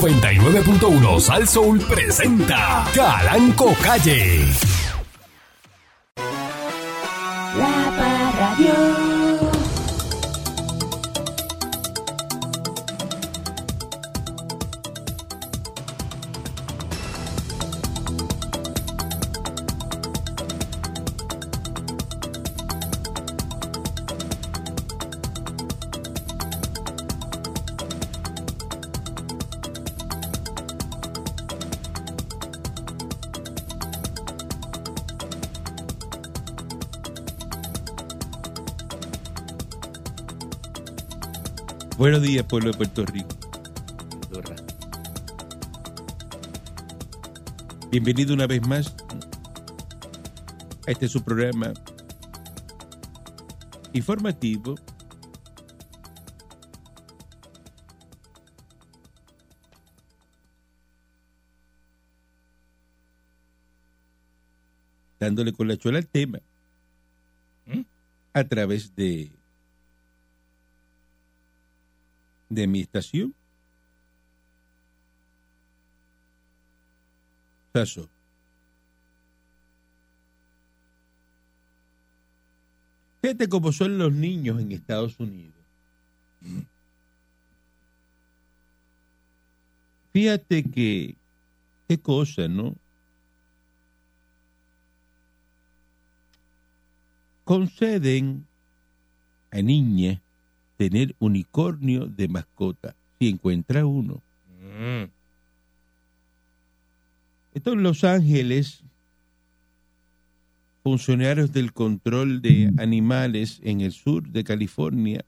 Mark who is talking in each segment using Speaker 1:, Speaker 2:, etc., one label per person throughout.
Speaker 1: 99.1 Sal Soul presenta Calanco Calle.
Speaker 2: La Parradio.
Speaker 3: Buenos días, pueblo de Puerto Rico. Bienvenido una vez más a este su programa informativo. Dándole con la chola al tema a través de de mi estación. Saso. Fíjate cómo son los niños en Estados Unidos. Fíjate que, qué cosa, ¿no? Conceden a niñas tener unicornio de mascota, si encuentra uno. Esto en Los Ángeles, funcionarios del control de animales en el sur de California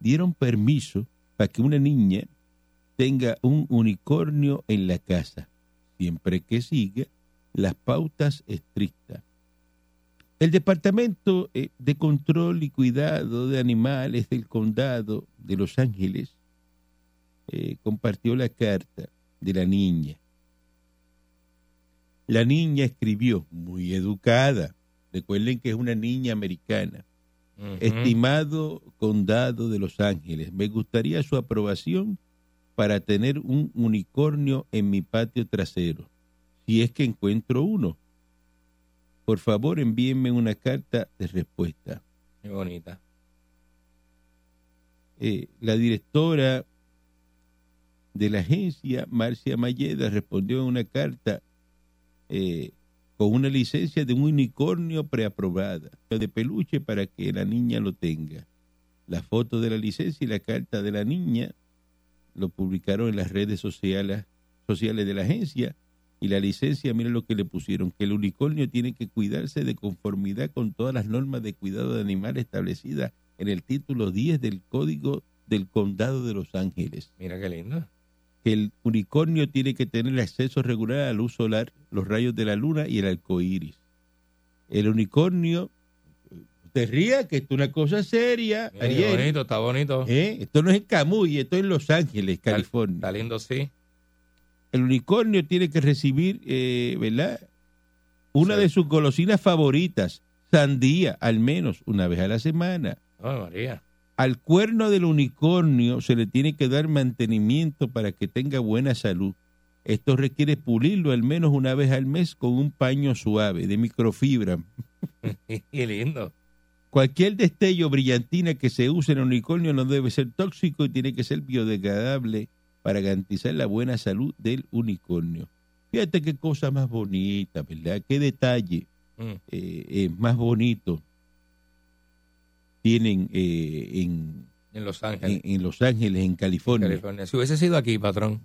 Speaker 3: dieron permiso para que una niña tenga un unicornio en la casa, siempre que siga las pautas estrictas. El Departamento eh, de Control y Cuidado de Animales del Condado de Los Ángeles eh, compartió la carta de la niña. La niña escribió, muy educada, recuerden que es una niña americana, Este estimado Condado de Los Ángeles, me gustaría su aprobación para tener un unicornio en mi patio trasero, si es que encuentro uno por favor envíenme una carta de respuesta.
Speaker 4: Qué bonita.
Speaker 3: Eh, la directora de la agencia, Marcia Mayeda, respondió en una carta eh, con una licencia de un unicornio preaprobada, de peluche para que la niña lo tenga. La foto de la licencia y la carta de la niña lo publicaron en las redes sociales, sociales de la agencia y la licencia, miren lo que le pusieron, que el unicornio tiene que cuidarse de conformidad con todas las normas de cuidado de animales establecidas en el título 10 del Código del Condado de Los Ángeles.
Speaker 4: Mira qué lindo.
Speaker 3: Que el unicornio tiene que tener acceso regular a la luz solar, los rayos de la luna y el arco iris. El unicornio, te rías que esto es una cosa seria,
Speaker 4: Mira, qué
Speaker 3: Ariel.
Speaker 4: bonito, está bonito.
Speaker 3: ¿eh? Esto no es en Camuy, esto es en Los Ángeles,
Speaker 4: Está-
Speaker 3: California.
Speaker 4: Está lindo, sí.
Speaker 3: el unicornio tiene que recibir, eh, ¿verdad? Una
Speaker 4: Sí.
Speaker 3: de sus golosinas favoritas, sandía, al menos una vez a la semana.
Speaker 4: Ay, María.
Speaker 3: Al cuerno del unicornio se le tiene que dar mantenimiento para que tenga buena salud. Esto requiere pulirlo al menos una vez al mes con un paño suave de microfibra.
Speaker 4: Qué lindo.
Speaker 3: Cualquier destello brillantina que se use en el unicornio no debe ser tóxico y tiene que ser biodegradable para garantizar la buena salud del unicornio. Fíjate qué cosa más bonita, ¿verdad? Qué detalle
Speaker 4: Mm.
Speaker 3: eh, eh, más bonito tienen eh, en,
Speaker 4: En Los
Speaker 3: en-
Speaker 4: Ángeles.
Speaker 3: en Los Ángeles, en California.
Speaker 4: California. Si hubiese sido aquí, patrón,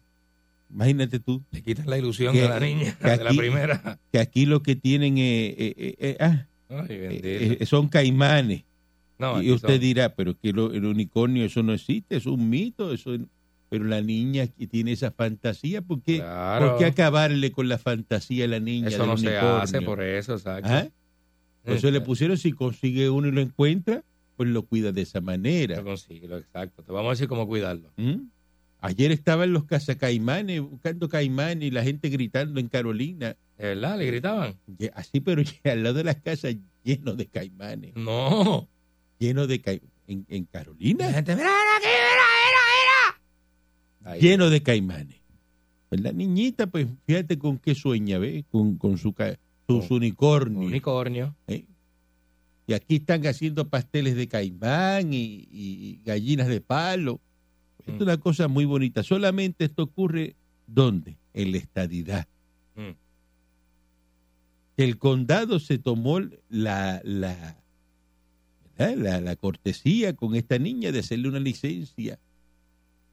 Speaker 3: Imagínate tú
Speaker 4: le quitas la ilusión
Speaker 3: Que-
Speaker 4: a la niña
Speaker 3: que
Speaker 4: de la
Speaker 3: aquí-
Speaker 4: primera.
Speaker 3: que aquí lo que tienen eh, eh, eh, eh, ah,
Speaker 4: Ay,
Speaker 3: eh,
Speaker 4: bendito.
Speaker 3: eh, son caimanes.
Speaker 4: no, aquí
Speaker 3: Y usted
Speaker 4: son-
Speaker 3: dirá, pero que lo- el unicornio eso no existe, es un mito, eso es- pero la niña que tiene esa fantasía, ¿por qué,
Speaker 4: Claro.
Speaker 3: por qué acabarle con la fantasía a la niña
Speaker 4: Eso
Speaker 3: del
Speaker 4: no se
Speaker 3: unicornio?
Speaker 4: hace por Eh, eso, exacto. Mm,
Speaker 3: ¿Ah? Por eso le pusieron si consigue uno y lo encuentra, pues lo cuida de esa manera.
Speaker 4: Lo consigo, exacto. Te vamos a decir cómo cuidarlo.
Speaker 3: ¿Mm? Ayer estaban los cazacaimanes buscando caimanes y la gente gritando en Carolina,
Speaker 4: ¿De verdad? ¿Le gritaban?
Speaker 3: y así pero al lado de las casas lleno de caimanes,
Speaker 4: No.
Speaker 3: lleno de caimanes. En, en Carolina,
Speaker 4: La gente, mira, mira aquí, mira, mira, mira. Ahí.
Speaker 3: lleno de caimanes. La niñita, pues fíjate con qué sueña, ¿ves? Con, con su, ca- sus
Speaker 4: Con-
Speaker 3: unicornios.
Speaker 4: Unicornio.
Speaker 3: ¿eh? Y aquí están haciendo pasteles de caimán y, y gallinas de palo. Es
Speaker 4: Mm.
Speaker 3: una cosa muy bonita. Solamente esto ocurre ¿dónde? En la estadidad.
Speaker 4: Mm.
Speaker 3: Que El condado se tomó la, la, ¿verdad? la, la cortesía con esta niña de hacerle una licencia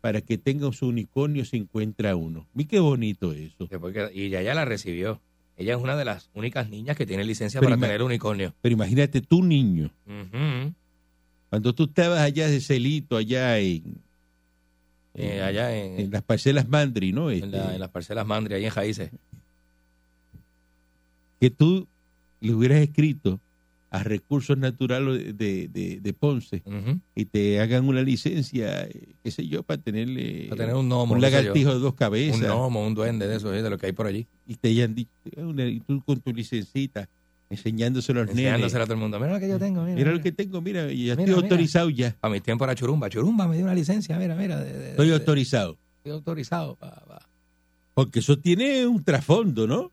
Speaker 3: para que tenga su unicornio se encuentra uno. Mi qué bonito eso.
Speaker 4: Después que- y ya ya la recibió. Ella es una de las únicas niñas que tiene licencia para
Speaker 3: Prima-
Speaker 4: tener unicornio.
Speaker 3: Pero imagínate tú, niño,
Speaker 4: Ujú.
Speaker 3: cuando tú estabas allá de celito, allá en,
Speaker 4: Eh, allá en,
Speaker 3: en las parcelas Mandri, ¿no?
Speaker 4: en la-
Speaker 3: Este,
Speaker 4: en las parcelas Mandri, ahí en Jaíces.
Speaker 3: Que tú le hubieras escrito a Recursos Naturales de, de- de Ponce
Speaker 4: Ujú.
Speaker 3: y te hagan una licencia, eh, qué sé yo, para tenerle
Speaker 4: Para tener un gnomo.
Speaker 3: un
Speaker 4: qué sé yo.
Speaker 3: lagartijo de dos
Speaker 4: Un
Speaker 3: cabezas
Speaker 4: gnomo, un duende de eso, de lo que hay por allí.
Speaker 3: y te hayan dicho, eh, una- y tú con tu licencita enseñándoselo a los nenes.
Speaker 4: Enseñándosela a todo el mundo. Mira lo que yo tengo, mira.
Speaker 3: Mira lo
Speaker 4: mira.
Speaker 3: que tengo, mira, ya estoy
Speaker 4: Mira, mira.
Speaker 3: autorizado ya,
Speaker 4: A mis tiempos era Churumba. Churumba me dio una licencia, mira, mira. de- de-
Speaker 3: estoy
Speaker 4: de-
Speaker 3: autorizado.
Speaker 4: estoy autorizado. pa- pa.
Speaker 3: Porque eso tiene un trasfondo, ¿no?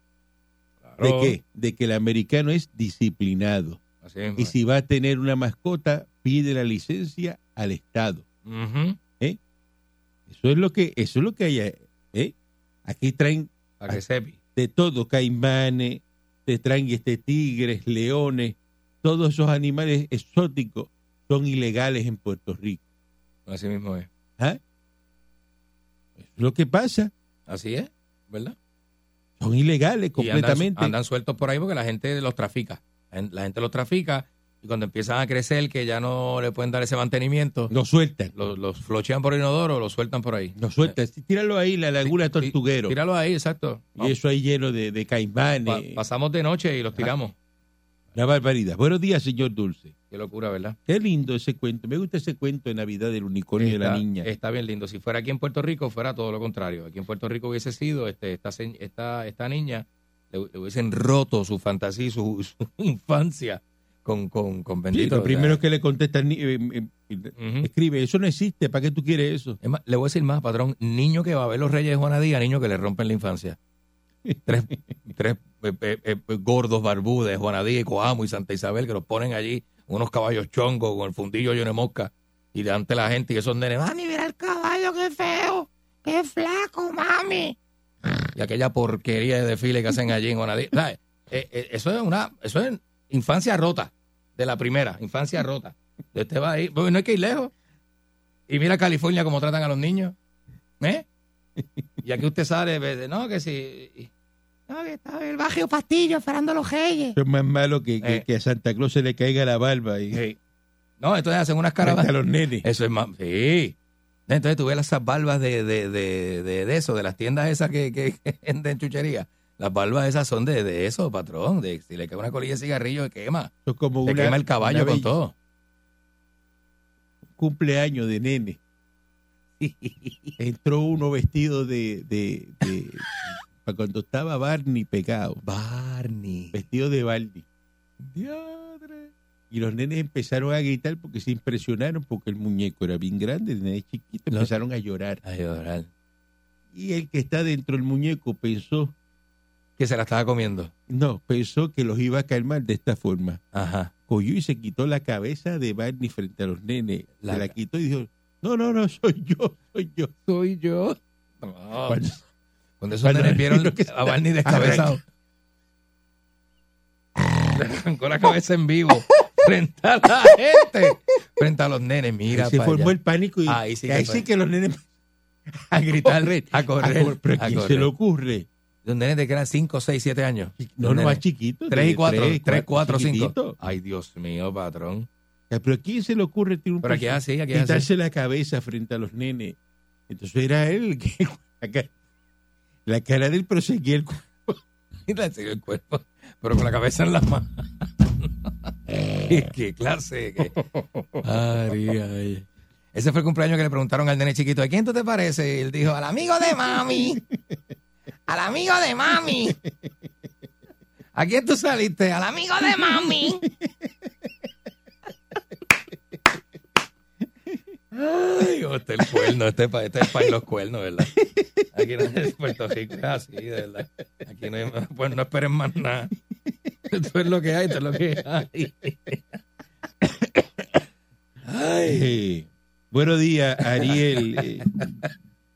Speaker 3: ¿De
Speaker 4: Claro.
Speaker 3: qué? De que el americano es disciplinado.
Speaker 4: Así mismo.
Speaker 3: Y si va a tener una mascota, pide la licencia al Estado.
Speaker 4: Ujú.
Speaker 3: Eso es lo que, eso es lo que hay. eh, ¿eh? Aquí traen
Speaker 4: Para que sepi.
Speaker 3: de todo, caimanes, te traen este tigres, leones, todos esos animales exóticos son ilegales en Puerto Rico.
Speaker 4: Así mismo es.
Speaker 3: ¿ah? Es lo que pasa,
Speaker 4: Así es, ¿verdad?
Speaker 3: son ilegales
Speaker 4: Y andan-
Speaker 3: completamente.
Speaker 4: Andan, sueltos por ahí porque la gente los trafica. La gen- La gente los trafica y cuando empiezan a crecer, que ya no le pueden dar ese mantenimiento,
Speaker 3: Lo sueltan,
Speaker 4: los, los flochean por inodoro, los sueltan por ahí.
Speaker 3: lo sueltan. Sí, Tíralo ahí, la laguna
Speaker 4: Tí- tí-
Speaker 3: tortuguero.
Speaker 4: Tíralos ahí, exacto.
Speaker 3: Y Ah. eso ahí lleno de, de
Speaker 4: Pa-
Speaker 3: caimanes.
Speaker 4: pasamos de noche y los tiramos.
Speaker 3: Una barbaridad. Buenos días, señor Dulce.
Speaker 4: Qué locura, ¿verdad?
Speaker 3: Qué lindo ese cuento. Me gusta ese cuento de Navidad del unicornio y de la niña.
Speaker 4: está bien lindo. Si fuera aquí en Puerto Rico, fuera todo lo contrario. Aquí en Puerto Rico hubiese sido este, esta, se- esta, esta niña, le, le hubiesen roto su fantasía y su, su infancia con, con, con
Speaker 3: Sí, lo
Speaker 4: bendito. o sea, ¿Mm?
Speaker 3: primero que le contesta el ni- eh, eh, eh,
Speaker 4: ujú.
Speaker 3: escribe, eso no existe, ¿para qué tú quieres eso?
Speaker 4: Es más, le voy a decir más, patrón. Niño que va a ver los reyes de Juana Díaz, niño que le rompen la infancia. Tres, tres eh, eh, eh, gordos barbudes, de Juana Díaz, Coamo y Santa Isabel, que los ponen allí, unos caballos chongos con el fundillo lleno de mosca. Y delante de la gente, y esos nenes, mami, mira el caballo, qué feo, qué flaco, mami. Y aquella porquería de desfile que hacen allí en Juana Díaz. ¿Sabes? Eh, eh, eso es una, eso es infancia rota, de la primera, infancia rota. Usted va ahí, bueno, no hay que ir lejos. Y mira California cómo tratan a los niños. ¿Eh? Y aquí usted sale, ve, de, no, que si. No, que está el bajo pastillo esperando los reyes.
Speaker 3: Eso es más malo que, que-
Speaker 4: Eh.
Speaker 3: que a Santa Claus se le caiga la barba y
Speaker 4: Sí. No, entonces hacen unas
Speaker 3: frente a
Speaker 4: caravanas.
Speaker 3: los nenes.
Speaker 4: Eso es más. Sí. Entonces tú ves esas barbas de, de, de, de, de eso, de las tiendas esas que, que, que venden chuchería. Las barbas esas son de, de eso, patrón. De, si le cae una colilla de cigarrillo, se quema.
Speaker 3: Eso es como
Speaker 4: Se
Speaker 3: una-
Speaker 4: quema el caballo
Speaker 3: una
Speaker 4: con
Speaker 3: bella-
Speaker 4: todo.
Speaker 3: cumpleaños de nene. Entró uno vestido de, de, de- para cuando estaba Barney pegado,
Speaker 4: Barney.
Speaker 3: vestido de Barney. Y los nenes empezaron a gritar porque se impresionaron porque el muñeco era bien grande, el nene chiquito,
Speaker 4: Lo-
Speaker 3: empezaron a llorar.
Speaker 4: Ay, oral.
Speaker 3: Y el que está dentro del muñeco pensó,
Speaker 4: Que se la estaba comiendo.
Speaker 3: no, pensó que los iba a calmar de esta forma.
Speaker 4: Ajá.
Speaker 3: Cogió y se quitó la cabeza de Barney frente a los nenes.
Speaker 4: La-
Speaker 3: Se la quitó y dijo, no, no, no, soy yo, soy yo.
Speaker 4: soy yo. Oh,
Speaker 3: Cuando-
Speaker 4: Cuando esos
Speaker 3: cuando
Speaker 4: nenes vieron
Speaker 3: lo que-
Speaker 4: a Barney descabezado. Le arrancó la cabeza en vivo. Frente a la gente. Frente a los nenes, mira.
Speaker 3: se
Speaker 4: para
Speaker 3: formó
Speaker 4: allá.
Speaker 3: el pánico y
Speaker 4: Ahí sí que
Speaker 3: ahí
Speaker 4: fue.
Speaker 3: sí que los nenes
Speaker 4: A gritar, a
Speaker 3: Ah,
Speaker 4: correr.
Speaker 3: por- pero ¿a
Speaker 4: a
Speaker 3: quién se
Speaker 4: correr.
Speaker 3: le ocurre?
Speaker 4: Los nenes de que eran 5, 6, 7 años.
Speaker 3: No,
Speaker 4: Los
Speaker 3: no, más
Speaker 4: nenes.
Speaker 3: chiquito.
Speaker 4: 3 y 4, 3, 4,
Speaker 3: 4,
Speaker 4: 5. Ay, Dios mío, patrón.
Speaker 3: Pero ¿a quién se le ocurre tirar un
Speaker 4: Pero aquí es
Speaker 3: personaje?
Speaker 4: así, aquí es así.
Speaker 3: quitarse la cabeza frente a los nenes. Entonces era él el que la ca- la cara del proseguía el cu-
Speaker 4: Y le enseñó el cuerpo, pero con la cabeza en la mano. qué clase. qué- Ay, ay. Ese fue el cumpleaños que le preguntaron al nene chiquito, ¿a quién tú te parece? Y él dijo, al amigo de mami. Al amigo de mami. ¿A quién tú saliste? Al amigo de mami. Ay, oh, este es el cuerno, este, es pa- este es el país los cuernos, ¿verdad? Aquí no es Puerto Rico, es así, de verdad. Aquí no, hay, más- pues no esperen más nada. Esto es lo que hay, esto es lo que hay.
Speaker 3: Eh, buenos días, Ariel eh,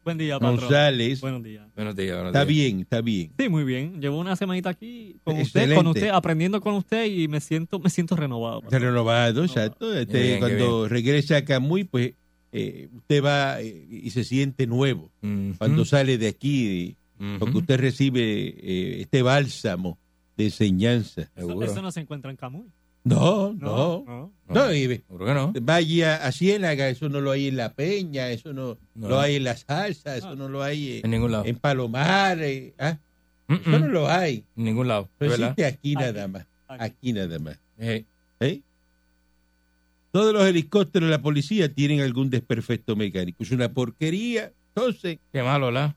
Speaker 5: Buen día, patrón.
Speaker 3: González.
Speaker 5: Buenos días.
Speaker 4: Buenos días, buenos
Speaker 3: Está
Speaker 4: días.
Speaker 3: bien, está bien.
Speaker 5: Sí, muy bien. Llevo una semanita aquí con
Speaker 3: Excelente.
Speaker 5: usted, con usted, aprendiendo con usted y me siento, me siento renovado.
Speaker 3: Está renovado, exacto. Este,
Speaker 4: Qué bien, qué
Speaker 3: cuando regresa a Camuy, pues eh, usted va eh, y se siente nuevo.
Speaker 4: Ujú,
Speaker 3: Cuando sale de aquí,
Speaker 4: ujú.
Speaker 3: porque usted recibe eh, este bálsamo de enseñanza.
Speaker 5: Eso,
Speaker 4: Seguro.
Speaker 5: eso no se encuentra en Camuy.
Speaker 3: No,
Speaker 5: No,
Speaker 3: no. No,
Speaker 5: no.
Speaker 4: No,
Speaker 3: y eh,
Speaker 4: Seguro que no.
Speaker 3: vaya a Ciénaga, eso no lo hay en La Peña, eso no,
Speaker 4: No.
Speaker 3: lo hay en La Salsa, eso no lo hay eh,
Speaker 4: En ningún lado.
Speaker 3: en Palomar, eh, ah,
Speaker 4: Mm,
Speaker 3: eso no
Speaker 4: mm,
Speaker 3: lo hay.
Speaker 4: En ningún lado,
Speaker 3: Eso
Speaker 4: ¿verdad?
Speaker 3: existe aquí
Speaker 5: Aquí,
Speaker 3: nada más,
Speaker 5: aquí.
Speaker 3: aquí nada más.
Speaker 4: Eh,
Speaker 3: ¿Eh? Todos los helicópteros de la policía tienen algún desperfecto mecánico. Es una porquería. Entonces,
Speaker 4: qué malo, ¿verdad?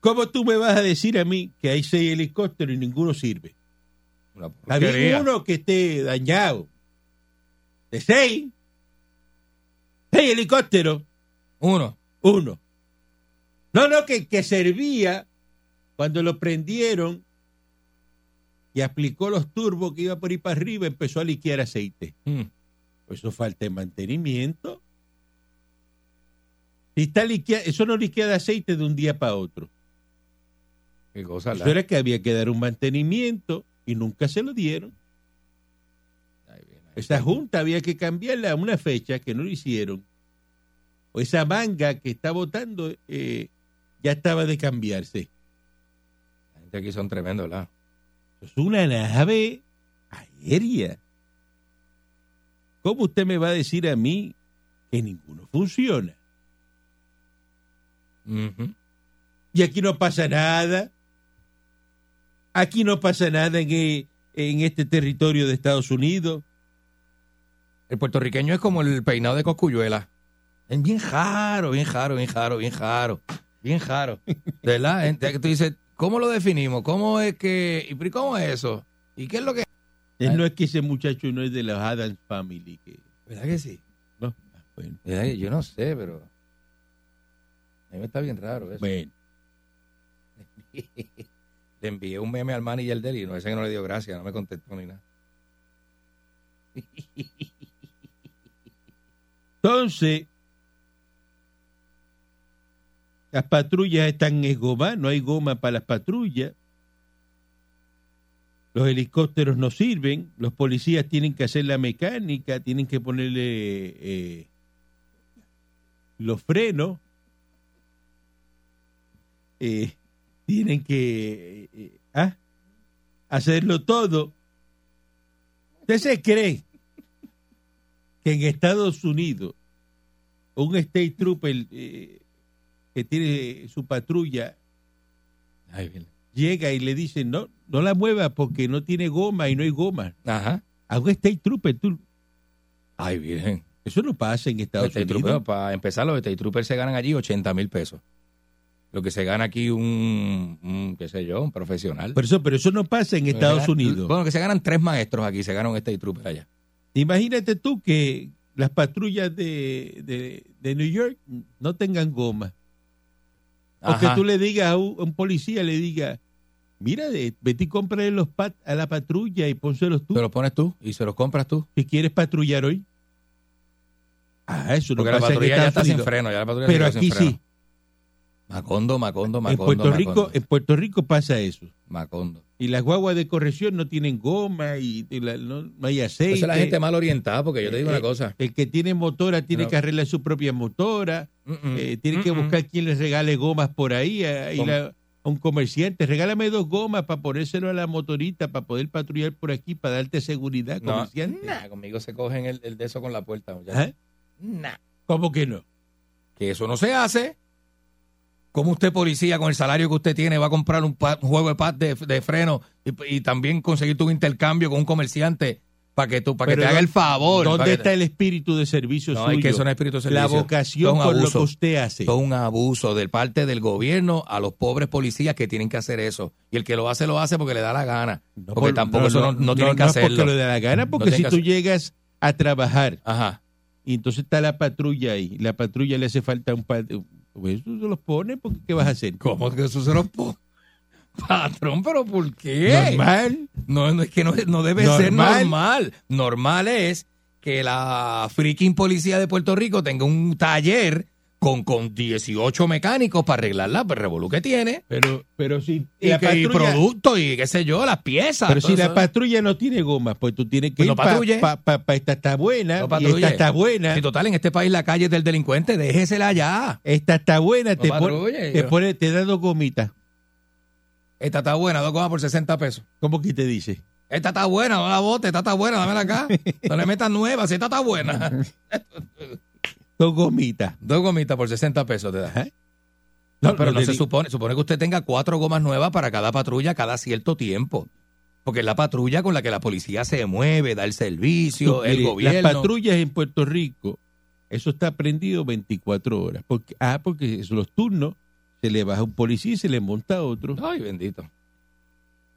Speaker 3: ¿cómo tú me vas a decir a mí que hay seis helicópteros y ninguno sirve?
Speaker 4: Una
Speaker 3: Está bien
Speaker 4: porquería.
Speaker 3: uno que esté dañado. De seis. Seis helicópteros.
Speaker 4: Uno.
Speaker 3: Uno. No, no, que, que servía cuando lo prendieron y aplicó los turbos que iba por ahí para arriba, empezó a liquear aceite.
Speaker 4: Mm,
Speaker 3: Pues eso falta de mantenimiento. Si está liquea- eso no liquea de aceite de un día para otro.
Speaker 4: Qué cosa,
Speaker 3: Eso
Speaker 4: ¿verdad?
Speaker 3: era que había que dar un mantenimiento y nunca se lo dieron.
Speaker 4: Ahí viene, ahí
Speaker 3: Esa
Speaker 4: viene.
Speaker 3: junta había que cambiarla a una fecha que no lo hicieron. O esa manga que está votando eh, ya estaba de cambiarse.
Speaker 4: La gente aquí son tremendos, ¿verdad?
Speaker 3: Es una nave aérea. ¿Cómo usted me va a decir a mí que ninguno funciona?
Speaker 4: Ujú.
Speaker 3: y aquí no pasa nada. Aquí no pasa nada en, e- en este territorio de Estados Unidos.
Speaker 4: El puertorriqueño es como el peinado de Coscuyuela. Es bien jaro, bien jaro, bien jaro, bien jaro. Bien jaro. ¿De verdad? Gente que tú dices, ¿cómo lo definimos? ¿Cómo es que.? ¿Y pero cómo es eso? ¿Y qué es lo que.?
Speaker 3: Eh, No es que ese muchacho no es de los Adams Family. Que,
Speaker 4: ¿Verdad que sí?
Speaker 3: no, Ah, bueno.
Speaker 4: ¿Verdad que- Yo no sé, pero. A mí me está bien raro eso.
Speaker 3: Bueno,
Speaker 4: Le envié un meme al manager de él y no, ese que no le dio gracias, no me contestó ni nada.
Speaker 3: entonces, las patrullas están en goma, no hay goma para las patrullas. Los helicópteros no sirven, los policías tienen que hacer la mecánica, tienen que ponerle eh, los frenos, eh, tienen que eh, eh, ah, hacerlo todo. ¿Usted se cree que en Estados Unidos un state trooper eh, que tiene su patrulla
Speaker 4: Ay, bien.
Speaker 3: llega y le dice no, no la mueva porque no tiene goma y no hay goma?
Speaker 4: Ajá.
Speaker 3: A un state trooper, tú-
Speaker 4: Ay, virgen.
Speaker 3: eso no pasa en
Speaker 4: Los
Speaker 3: Estados
Speaker 4: State
Speaker 3: Unidos.
Speaker 4: Troopers, para empezar, los State Troopers se ganan allí 80 mil pesos. Lo que se gana aquí un, un, qué sé yo, un profesional.
Speaker 3: Por eso, pero eso no pasa en
Speaker 4: Se
Speaker 3: Estados
Speaker 4: ganan-
Speaker 3: Unidos.
Speaker 4: Bueno, que se ganan tres maestros aquí, se ganan un State Trooper allá.
Speaker 3: Imagínate tú que las patrullas de, de- de New York no tengan goma. O
Speaker 4: Ajá.
Speaker 3: que tú le digas a un, a un policía, le digas, mira, de- vete y cómprale los pads a la patrulla y pónselos tú
Speaker 4: Te los pones tú y se los compras tú.
Speaker 3: si quieres patrullar hoy. Ah, eso no
Speaker 4: Porque la
Speaker 3: pasa en
Speaker 4: patrulla ya
Speaker 3: Estados
Speaker 4: está sin
Speaker 3: Unidos.
Speaker 4: freno, ya la patrulla
Speaker 3: Pero
Speaker 4: se quedó
Speaker 3: aquí
Speaker 4: sin freno.
Speaker 3: sí,
Speaker 4: Macondo, Macondo,
Speaker 3: en
Speaker 4: Macondo.
Speaker 3: Puerto,
Speaker 4: Macondo.
Speaker 3: Rico, en Puerto Rico pasa eso.
Speaker 4: Macondo. Pues
Speaker 3: Y las guaguas de corrección no tienen goma y, y la- no, no hay aceite.
Speaker 4: Esa es la gente mal orientada, porque yo te digo
Speaker 3: Eh,
Speaker 4: una cosa.
Speaker 3: El que tiene motora tiene
Speaker 4: No.
Speaker 3: que arreglar su propia motora.
Speaker 4: Mm-mm.
Speaker 3: Eh, tiene que
Speaker 4: Mm-mm.
Speaker 3: buscar quien les regale gomas por ahí. A, ir a- a un comerciante, regálame dos gomas para ponérselo a la motorita, para poder patrullar por aquí, para darte seguridad,
Speaker 4: No,
Speaker 3: comerciante.
Speaker 4: nah, conmigo se cogen el, el de eso con la puerta. muchachos.
Speaker 3: ¿Ah?
Speaker 4: Nah.
Speaker 3: ¿Cómo que no?
Speaker 4: que eso no se hace. ¿Cómo usted, policía, con el salario que usted tiene, va a comprar un, pa- un juego de pad de, de freno y, y también conseguir un intercambio con un comerciante para que, tú, para que
Speaker 3: Pero
Speaker 4: te haga
Speaker 3: ¿dó-
Speaker 4: el favor?
Speaker 3: ¿Dónde
Speaker 4: para que
Speaker 3: está
Speaker 4: te-
Speaker 3: el espíritu de servicio
Speaker 4: No,
Speaker 3: suyo?
Speaker 4: es que eso no es espíritu de
Speaker 3: la
Speaker 4: servicio.
Speaker 3: vocación
Speaker 4: Eso es un
Speaker 3: por lo que
Speaker 4: abuso.
Speaker 3: usted hace.
Speaker 4: Todo un abuso de parte del gobierno a los pobres policías que tienen que hacer eso. Y el que lo hace, lo hace porque le da la gana.
Speaker 3: No
Speaker 4: porque
Speaker 3: por-
Speaker 4: tampoco eso no, no tienen que
Speaker 3: es porque
Speaker 4: hacerlo.
Speaker 3: le da la gana, porque
Speaker 4: tienen
Speaker 3: si
Speaker 4: que
Speaker 3: tú
Speaker 4: hacer-
Speaker 3: llegas a trabajar.
Speaker 4: Ajá.
Speaker 3: Y entonces está la patrulla ahí. La patrulla le hace falta un par. Pues eso se los pone porque ¿qué vas a hacer?
Speaker 4: ¿Cómo que eso se los po- Patrón, pero ¿por qué?
Speaker 3: Normal.
Speaker 4: No, no es que no, no debe ser
Speaker 3: Normal.
Speaker 4: normal. Normal es que la freaking policía de Puerto Rico tenga un taller con, con 18 mecánicos para arreglar la pues, revolú que tiene.
Speaker 3: Pero, pero si
Speaker 4: Y,
Speaker 3: la
Speaker 4: que- y
Speaker 3: patrulla-
Speaker 4: producto y qué sé yo, las piezas.
Speaker 3: Pero
Speaker 4: todo
Speaker 3: si la
Speaker 4: eso.
Speaker 3: patrulla no tiene gomas, pues tú tienes que
Speaker 4: Pues no
Speaker 3: ir para
Speaker 4: patrulle.
Speaker 3: pa, pa- pa- esta está buena,
Speaker 4: No
Speaker 3: y esta
Speaker 4: patrulle.
Speaker 3: está buena,
Speaker 4: Si total, en este país la calle es del delincuente, déjesela ya.
Speaker 3: esta está buena,
Speaker 4: No
Speaker 3: te, pon-
Speaker 4: patrulle,
Speaker 3: te,
Speaker 4: yo-
Speaker 3: pone, te da dos gomitas.
Speaker 4: Esta está buena, dos comas por 60 pesos.
Speaker 3: ¿Cómo que te dice?
Speaker 4: Esta está buena, no la bote, esta está buena, dámela acá. No le metas nueva, si esta está buena.
Speaker 3: Dos gomitas.
Speaker 4: Dos gomitas por 60 pesos te da.
Speaker 3: Ajá.
Speaker 4: No, pero no
Speaker 3: te
Speaker 4: se
Speaker 3: digo-
Speaker 4: supone, supone que usted tenga cuatro gomas nuevas para cada patrulla cada cierto tiempo. Porque es la patrulla con la que la policía se mueve, da el servicio,
Speaker 3: tú-
Speaker 4: el
Speaker 3: mire,
Speaker 4: gobierno.
Speaker 3: Las patrullas en Puerto Rico, eso está prendido 24 horas. Porque, ah, porque es los turnos se le baja un policía y se le monta otro.
Speaker 4: Ay, bendito.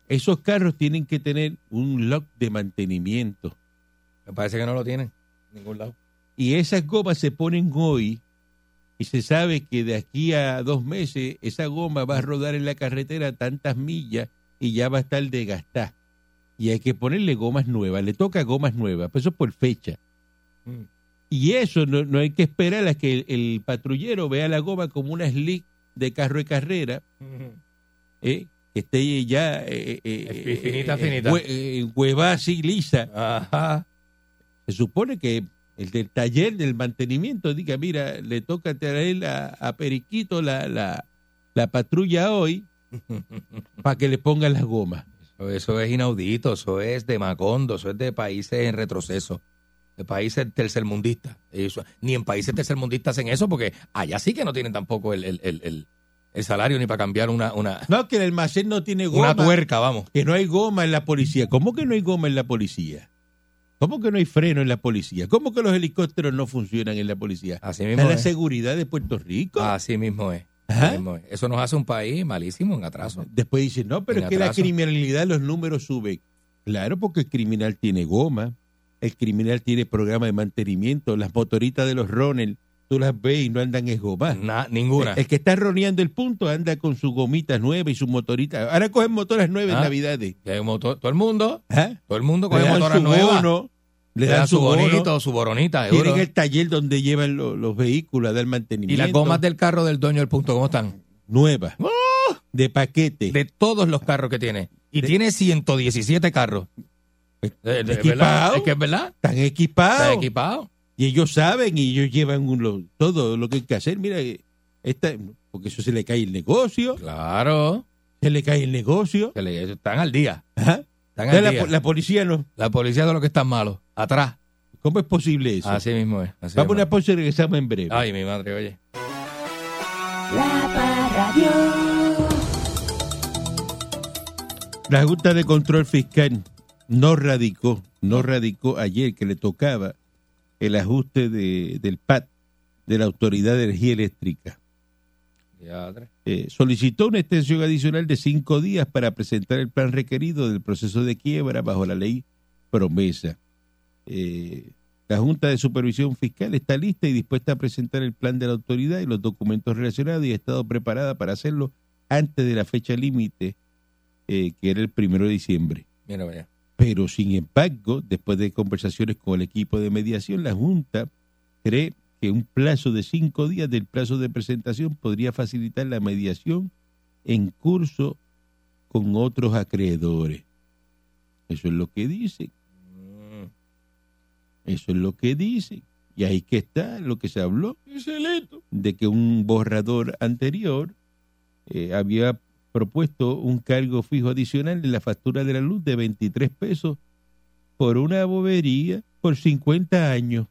Speaker 3: Esos carros tienen que tener un lock de mantenimiento.
Speaker 4: Me parece que no lo tienen. en Ningún lado.
Speaker 3: y esas gomas se ponen hoy y se sabe que de aquí a dos meses esa goma va a rodar en la carretera tantas millas y ya va a estar desgastada. Y hay que ponerle gomas nuevas, le toca gomas nuevas, pues eso es por fecha.
Speaker 4: Mm.
Speaker 3: Y eso no, no hay que esperar a que el, el patrullero vea la goma como una slick de carro de carrera, ¿eh? que esté ya eh, eh,
Speaker 4: Finita,
Speaker 3: eh,
Speaker 4: finita.
Speaker 3: hue- eh, huevada así lisa
Speaker 4: Ajá.
Speaker 3: se supone que el del taller del mantenimiento diga, mira, le toca traer a, a Periquito la, la, la patrulla hoy para que le pongan las gomas.
Speaker 4: Eso es inaudito, eso es de Macondo, eso es de países en retroceso, de países tercermundistas. Eso- ni en países tercermundistas hacen eso porque allá sí que no tienen tampoco el, el- el- el- el salario ni para cambiar una, una,
Speaker 3: No, que el almacén no tiene goma,
Speaker 4: una tuerca, vamos.
Speaker 3: que no hay goma en la policía. ¿Cómo que no hay goma en la policía? ¿Cómo que no hay freno en la policía? ¿Cómo que los helicópteros no funcionan en la policía?
Speaker 4: Así
Speaker 3: Está
Speaker 4: mismo
Speaker 3: la
Speaker 4: es.
Speaker 3: seguridad de Puerto Rico.
Speaker 4: Así mismo es.
Speaker 3: Ajá.
Speaker 4: Así mismo es. Eso nos hace un país malísimo en atraso.
Speaker 3: Después dicen, no, pero
Speaker 4: En
Speaker 3: es que la
Speaker 4: atraso.
Speaker 3: criminalidad, los números suben. Claro, porque el criminal tiene goma, el criminal tiene programa de mantenimiento, las motoritas de los Ronald, tú las ves y no andan esgomadas.
Speaker 4: Na- ninguna.
Speaker 3: El, el que está roneando el punto anda con sus gomitas nuevas y sus motoritas. Ahora cogen motoras nuevas en
Speaker 4: Ah.
Speaker 3: Navidades.
Speaker 4: Ya hay un motor- todo el mundo,
Speaker 3: ¿ah?
Speaker 4: todo el mundo
Speaker 3: Le
Speaker 4: con
Speaker 3: dan
Speaker 4: motora
Speaker 3: su
Speaker 4: nueva.
Speaker 3: bono, le
Speaker 4: le
Speaker 3: dan su bono.
Speaker 4: bonito, su boronita. seguro.
Speaker 3: Tienen el taller donde llevan lo- los vehículos, del
Speaker 4: Y
Speaker 3: mantenimiento.
Speaker 4: las gomas del carro del dueño del punto, ¿cómo están?
Speaker 3: nuevas, de paquete.
Speaker 4: ¡Oh! de todos los carros que tiene. Y
Speaker 3: De- Pues,
Speaker 4: tiene 117 carros. Eh, eh, ¿verdad?
Speaker 3: ¿Equipado?
Speaker 4: Es que es verdad.
Speaker 3: están
Speaker 4: Está
Speaker 3: equipados.
Speaker 4: equipado.
Speaker 3: Y ellos saben y ellos llevan un- lo- todo lo que hay que hacer. Mira, eh, esta, porque eso se le cae el negocio,
Speaker 4: Claro.
Speaker 3: se le cae el negocio.
Speaker 4: Que le- están al día.
Speaker 3: Ajá.
Speaker 4: Están
Speaker 3: Ya
Speaker 4: al
Speaker 3: La,
Speaker 4: día.
Speaker 3: po- la policía no.
Speaker 4: La policía de lo que están malos. Atrás.
Speaker 3: ¿Cómo es posible eso?
Speaker 4: Así mismo es. así
Speaker 3: Vamos a
Speaker 4: mismo
Speaker 3: una pausa y regresamos en breve.
Speaker 4: es. Ay, mi madre, oye.
Speaker 2: La Parradio.
Speaker 3: La Junta de Control Fiscal no radicó, no radicó ayer que le tocaba el ajuste de- del PAT, de la Autoridad de Energía Eléctrica.
Speaker 4: Diadre.
Speaker 3: eh, solicitó una extensión adicional de cinco días para presentar el plan requerido del proceso de quiebra bajo la ley promesa. Eh, la Junta de Supervisión Fiscal está lista y dispuesta a presentar el plan de la autoridad y los documentos relacionados y ha estado preparada para hacerlo antes de la fecha límite, eh, que era el primero de diciembre.
Speaker 4: Mira, vaya.
Speaker 3: Pero sin embargo, después de conversaciones con el equipo de mediación, la Junta cree que un plazo de cinco días del plazo de presentación podría facilitar la mediación en curso con otros acreedores. Eso es lo que dicen,
Speaker 4: Mm.
Speaker 3: eso es lo que dicen. Y ahí que está lo que se habló de que un borrador anterior eh, había propuesto un cargo fijo adicional en la factura de la luz de 23 pesos por una bobería por 50 años.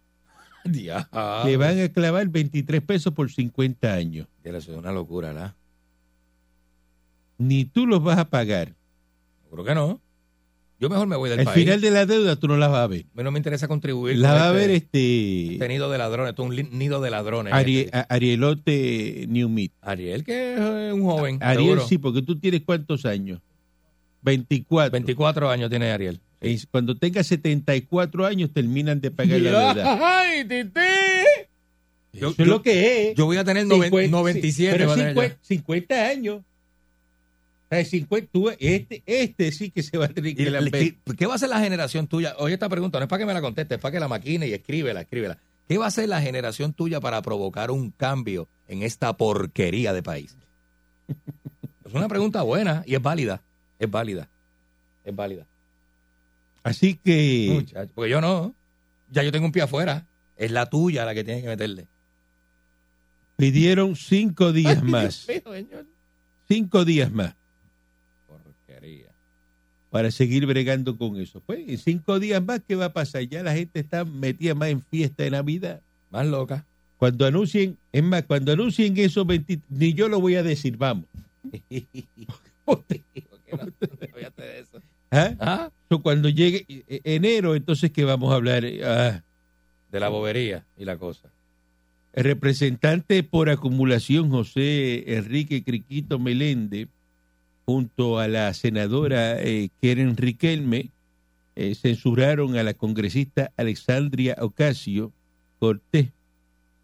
Speaker 4: Diablo.
Speaker 3: Le van a clavar 23 pesos por 50 años.
Speaker 4: Diablo, Eso es una locura, ¿verdad?
Speaker 3: Ni tú los vas a pagar.
Speaker 4: Creo que no. Yo mejor me voy del
Speaker 3: Al
Speaker 4: país.
Speaker 3: final de la deuda tú no la vas a ver.
Speaker 4: A mí no me interesa contribuir.
Speaker 3: La
Speaker 4: con
Speaker 3: va a
Speaker 4: este-
Speaker 3: ver
Speaker 4: este
Speaker 3: este
Speaker 4: nido de ladrones. Esto es un li- nido de ladrones.
Speaker 3: Ari-
Speaker 4: Este.
Speaker 3: a- Arielote Newmit.
Speaker 4: Ariel, que es eh, un joven.
Speaker 3: Ariel
Speaker 4: seguro.
Speaker 3: sí, porque tú tienes cuántos años. 24.
Speaker 4: 24 años tiene Ariel.
Speaker 3: Es cuando tenga 74 años terminan de pagar la deuda.
Speaker 6: ¡Ay, tití!
Speaker 3: Eso
Speaker 4: Yo,
Speaker 3: es
Speaker 4: yo-
Speaker 3: lo que es.
Speaker 4: yo voy a tener noven-
Speaker 3: 50, sí,
Speaker 4: 97.
Speaker 3: pero
Speaker 4: va a tener ya.
Speaker 3: 50, 50 años. O sea, 50, tú- este, este sí que se va a tener
Speaker 4: Y
Speaker 3: que
Speaker 4: la-
Speaker 3: la
Speaker 4: ¿qué, qué va a hacer la generación tuya? Oye, esta pregunta no es para que me la conteste, es para que la maquine y escríbela, escríbela. ¿Qué va a hacer la generación tuya para provocar un cambio en esta porquería de país? Es una pregunta buena y es válida. Es válida. Es válida.
Speaker 3: Así que
Speaker 4: Muchacho, Porque yo no. Ya yo tengo un pie afuera. Es la tuya la que tienes que meterle.
Speaker 3: pidieron cinco días más. Cinco días más
Speaker 4: Porquería.
Speaker 3: para seguir bregando con eso. Pues en cinco días más, ¿qué va a pasar? Ya la gente está metida más en fiesta de Navidad.
Speaker 4: Más loca.
Speaker 3: Cuando anuncien, es más, cuando anuncien esos 20, ni yo lo voy a decir, vamos.
Speaker 4: ¿Por qué no? Olvídate de eso.
Speaker 3: ¿Ah?
Speaker 4: ¿Ah?
Speaker 3: So, cuando llegue eh, enero, entonces que vamos a hablar. Eh, ah,
Speaker 4: De la bobería y la cosa.
Speaker 3: el representante por acumulación José Enrique Criquito Meléndez, junto a la senadora eh, Keren Riquelme, eh, censuraron a la congresista Alexandria Ocasio Cortés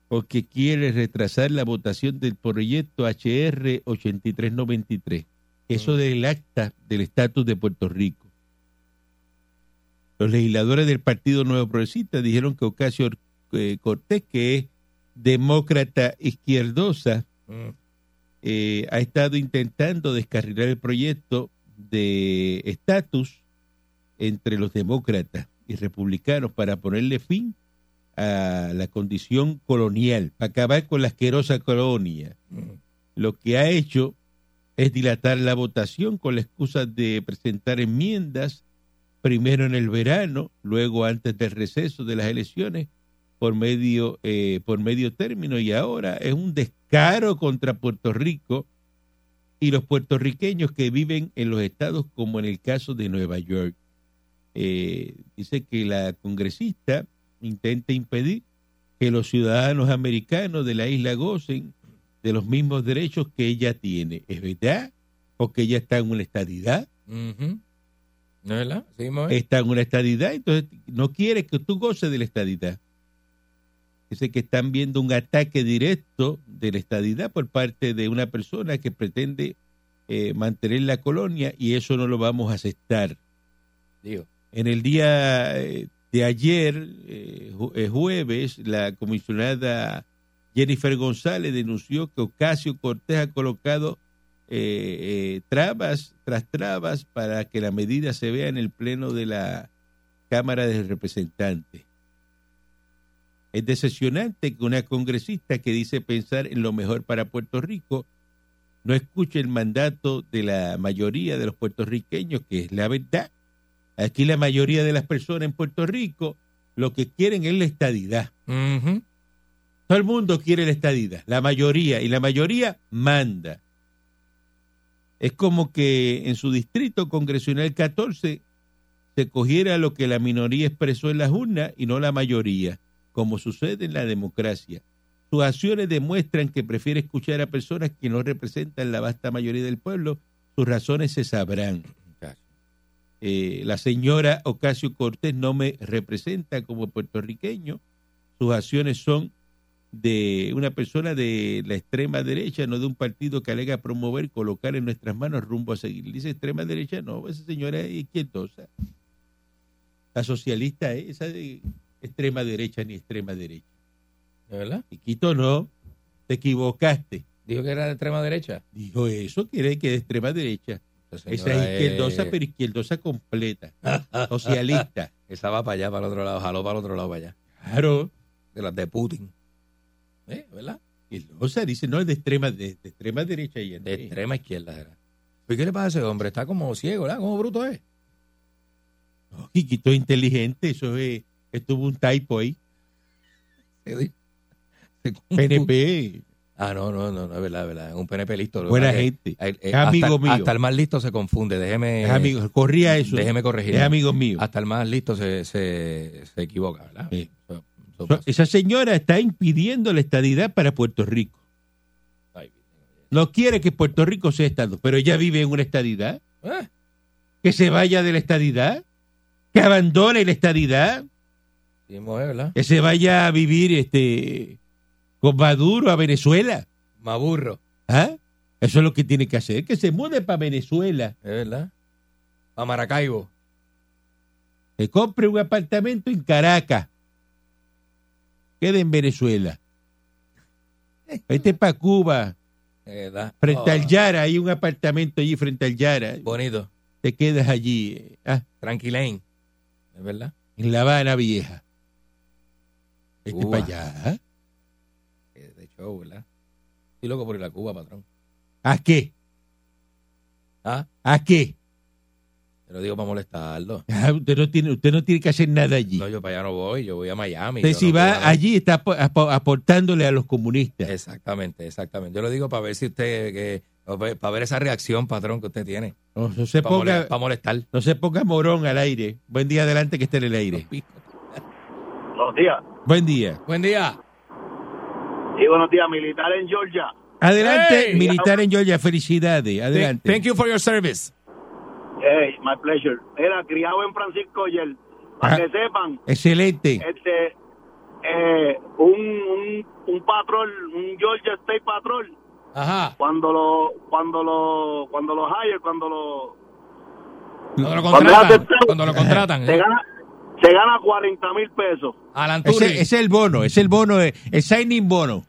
Speaker 3: porque quiere retrasar la votación del proyecto HR 8393, eso del acta del estatus de Puerto Rico. Los legisladores del Partido Nuevo Progresista dijeron que Ocasio eh, Cortés, que es demócrata izquierdosa,
Speaker 4: Mm.
Speaker 3: eh, ha estado intentando descarrilar el proyecto de estatus entre los demócratas y republicanos para ponerle fin a la condición colonial, para acabar con la asquerosa colonia.
Speaker 4: mm.
Speaker 3: Lo que ha hecho es dilatar la votación con la excusa de presentar enmiendas primero en el verano, luego antes del receso de las elecciones por medio eh, por medio término y ahora es un descaro contra Puerto Rico y los puertorriqueños que viven en los estados como en el caso de Nueva York. Eh, dice que la congresista intenta impedir que los ciudadanos americanos de la isla gocen de los mismos derechos que ella tiene. ¿Es verdad? Porque ella está en una estadidad
Speaker 4: Ujú. ¿No es verdad? Sí, mismo es.
Speaker 3: está en una estadidad, entonces no quiere que tú goces de la estadidad. Dice que están viendo un ataque directo de la estadidad por parte de una persona que pretende eh, mantener la colonia y eso no lo vamos a aceptar.
Speaker 4: Digo,
Speaker 3: En el día eh, de ayer, eh, ju- eh, jueves, la comisionada Jennifer González denunció que Ocasio Cortés ha colocado eh, eh, trabas tras trabas para que la medida se vea en el Pleno de la Cámara de Representantes. Es decepcionante que una congresista que dice pensar en lo mejor para Puerto Rico no escuche el mandato de la mayoría de los puertorriqueños, que es la verdad. Aquí la mayoría de las personas en Puerto Rico lo que quieren es la estadidad.
Speaker 4: ujú.
Speaker 3: Todo el mundo quiere la estadidad, la mayoría, y la mayoría manda. Es como que en su distrito congresional 14 se cogiera lo que la minoría expresó en las urnas y no la mayoría, como sucede en la democracia. Sus acciones demuestran que prefiere escuchar a personas que no representan la vasta mayoría del pueblo, sus razones se sabrán.
Speaker 4: Muchacho.
Speaker 3: Eh, la señora Ocasio Cortés no me representa como puertorriqueño. Sus acciones son de una persona de la extrema derecha, no de un partido que alega promover, colocar en nuestras manos rumbo a seguir. Dice extrema derecha, no, esa señora es izquierdosa. La socialista es esa de extrema derecha ni extrema derecha.
Speaker 4: ¿No es verdad?
Speaker 3: Y Quito no, te equivocaste.
Speaker 4: Dijo que era de extrema derecha.
Speaker 3: Dijo eso, quiere que de extrema derecha. Esa es izquierdosa,
Speaker 4: eh,
Speaker 3: pero izquierdosa completa, socialista.
Speaker 4: Esa va para allá, para el otro lado. Jaló para el otro lado, para allá.
Speaker 3: Claro.
Speaker 4: De las de Putin. ¿Eh? ¿Verdad?
Speaker 3: O sea, dice, no, es de extrema, de, de extrema derecha. Ella,
Speaker 4: De
Speaker 3: Sí.
Speaker 4: extrema izquierda era. ¿Y qué le pasa a ese hombre? Está como ciego, ¿verdad? Como bruto ¿eh? es.
Speaker 3: No, Quiquito es Oh, inteligente, eso es, estuvo un typo ahí. PNP,
Speaker 4: Ah, no, no, no, no, es verdad, es verdad. Es un PNP listo. lo
Speaker 3: buena
Speaker 4: verdad que-
Speaker 3: gente.
Speaker 4: eh, eh,
Speaker 3: Es amigo
Speaker 4: hasta,
Speaker 3: mío.
Speaker 4: Hasta el más listo se confunde. Déjeme,
Speaker 3: Es amigo, corría eso.
Speaker 4: déjeme corregir.
Speaker 3: es amigo mío.
Speaker 4: Hasta el más listo se, se, se equivoca, ¿verdad?
Speaker 3: Sí.
Speaker 4: Eso- eso
Speaker 3: So,
Speaker 4: pasa.
Speaker 3: Esa señora está impidiendo la estadidad para Puerto Rico.
Speaker 4: Ay,
Speaker 3: No quiere que Puerto Rico sea estado, pero ella vive en una estadidad.
Speaker 4: eh,
Speaker 3: Que se vaya de la estadidad. que abandone la estadidad,
Speaker 4: Sí, mujer, ¿verdad?
Speaker 3: que se vaya a vivir este con Maduro a Venezuela.
Speaker 4: Me aburro,
Speaker 3: ¿ah? Eso es lo que tiene que hacer, que se mude para Venezuela,
Speaker 4: es verdad. A Maracaibo.
Speaker 3: que compre un apartamento en Caracas, quede en Venezuela. Vete para Cuba,
Speaker 4: es verdad.
Speaker 3: frente
Speaker 4: Ah,
Speaker 3: al Yara, hay un apartamento allí frente al Yara,
Speaker 4: Bonito.
Speaker 3: te quedas allí, eh, ah,
Speaker 4: Tranquilain. Es verdad.
Speaker 3: en La Habana Vieja. Vete
Speaker 4: Cuba.
Speaker 3: para allá. ¿ah?
Speaker 4: Eh, De show, ¿verdad? Estoy loco por ir a Cuba, patrón.
Speaker 3: ¿A qué?
Speaker 4: Ah,
Speaker 3: ¿A qué?
Speaker 4: te lo digo para molestarlo.
Speaker 3: Ah, usted, no tiene, usted no tiene que hacer nada allí.
Speaker 4: No, yo para allá no voy, yo voy a Miami.
Speaker 3: Usted
Speaker 4: yo
Speaker 3: si
Speaker 4: no
Speaker 3: va
Speaker 4: voy a-
Speaker 3: allí está apo- apo- aportándole a los comunistas.
Speaker 4: Eh, Exactamente, exactamente. Yo lo digo para ver si usted, que, o pa- para ver esa reacción, patrón, que usted tiene.
Speaker 3: No, no se
Speaker 4: Para,
Speaker 3: ponga,
Speaker 4: mole- para molestar.
Speaker 3: no se ponga morón al aire. Buen día adelante que esté en el aire.
Speaker 6: Buenos días.
Speaker 3: Buen día.
Speaker 4: Buen día.
Speaker 6: Sí, buenos días, militar en Georgia.
Speaker 3: Adelante,
Speaker 4: Hey.
Speaker 3: militar en Georgia, felicidades. Adelante.
Speaker 4: Thank you for your service.
Speaker 6: Hey, my pleasure. Era criado en Francisco ayer. Para
Speaker 3: Ah.
Speaker 6: que sepan,
Speaker 3: Excelente.
Speaker 6: este, eh, un, un, un patrol, un Georgia State Patrol,
Speaker 4: Ajá.
Speaker 6: cuando lo, cuando lo, cuando lo hire, cuando lo,
Speaker 4: Cuando lo
Speaker 6: Cuando
Speaker 4: contratan.
Speaker 6: hace-
Speaker 4: Cuando lo
Speaker 3: eh,
Speaker 4: contratan. eh,
Speaker 6: se gana, se gana 40 mil pesos.
Speaker 4: Alan Turing.
Speaker 3: Ese, ese es el bono, ese es el bono, eh, el signing bono.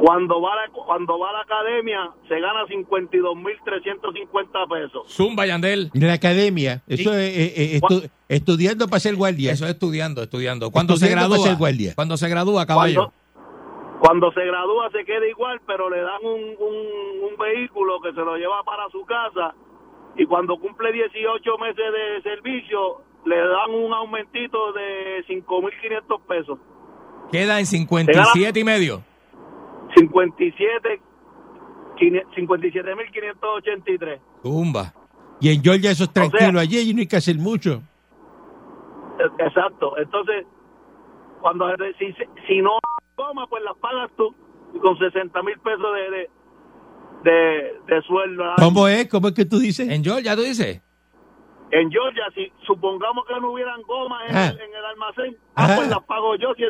Speaker 6: Cuando va a la, cuando va a la academia, se gana 52 mil 350 pesos.
Speaker 4: Zumba Yandel.
Speaker 3: De la academia. Eso es eh, eh, estu- estudiando para ser guardia.
Speaker 4: Eso es estudiando, estudiando. Cuando se
Speaker 3: Estudiando para ser
Speaker 4: gradúa.
Speaker 3: guardia.
Speaker 4: Cuando se gradúa,
Speaker 6: Cuando,
Speaker 4: caballo.
Speaker 6: cuando se gradúa se queda igual, pero le dan un, un- un vehículo que se lo lleva para su casa y cuando cumple 18 meses de servicio le dan un aumentito de 5.500 pesos.
Speaker 4: Queda en 57 y medio.
Speaker 6: 57 quine- 57.583.
Speaker 4: Zumba.
Speaker 3: Y en Georgia eso es
Speaker 6: sea-
Speaker 3: tranquilo. allí, allí no hay que hacer mucho.
Speaker 6: E- Exacto. Entonces, cuando si, si no coma, pues las pagas tú y con 60 mil pesos de, de, de- de sueldo. al año.
Speaker 3: ¿Cómo es? ¿Cómo es que tú dices?
Speaker 4: En Georgia, tú dices.
Speaker 6: En Georgia, si supongamos que no hubieran gomas en,
Speaker 3: Ah.
Speaker 6: el, en el almacén,
Speaker 3: Ajá.
Speaker 6: ah, pues las pago yo si,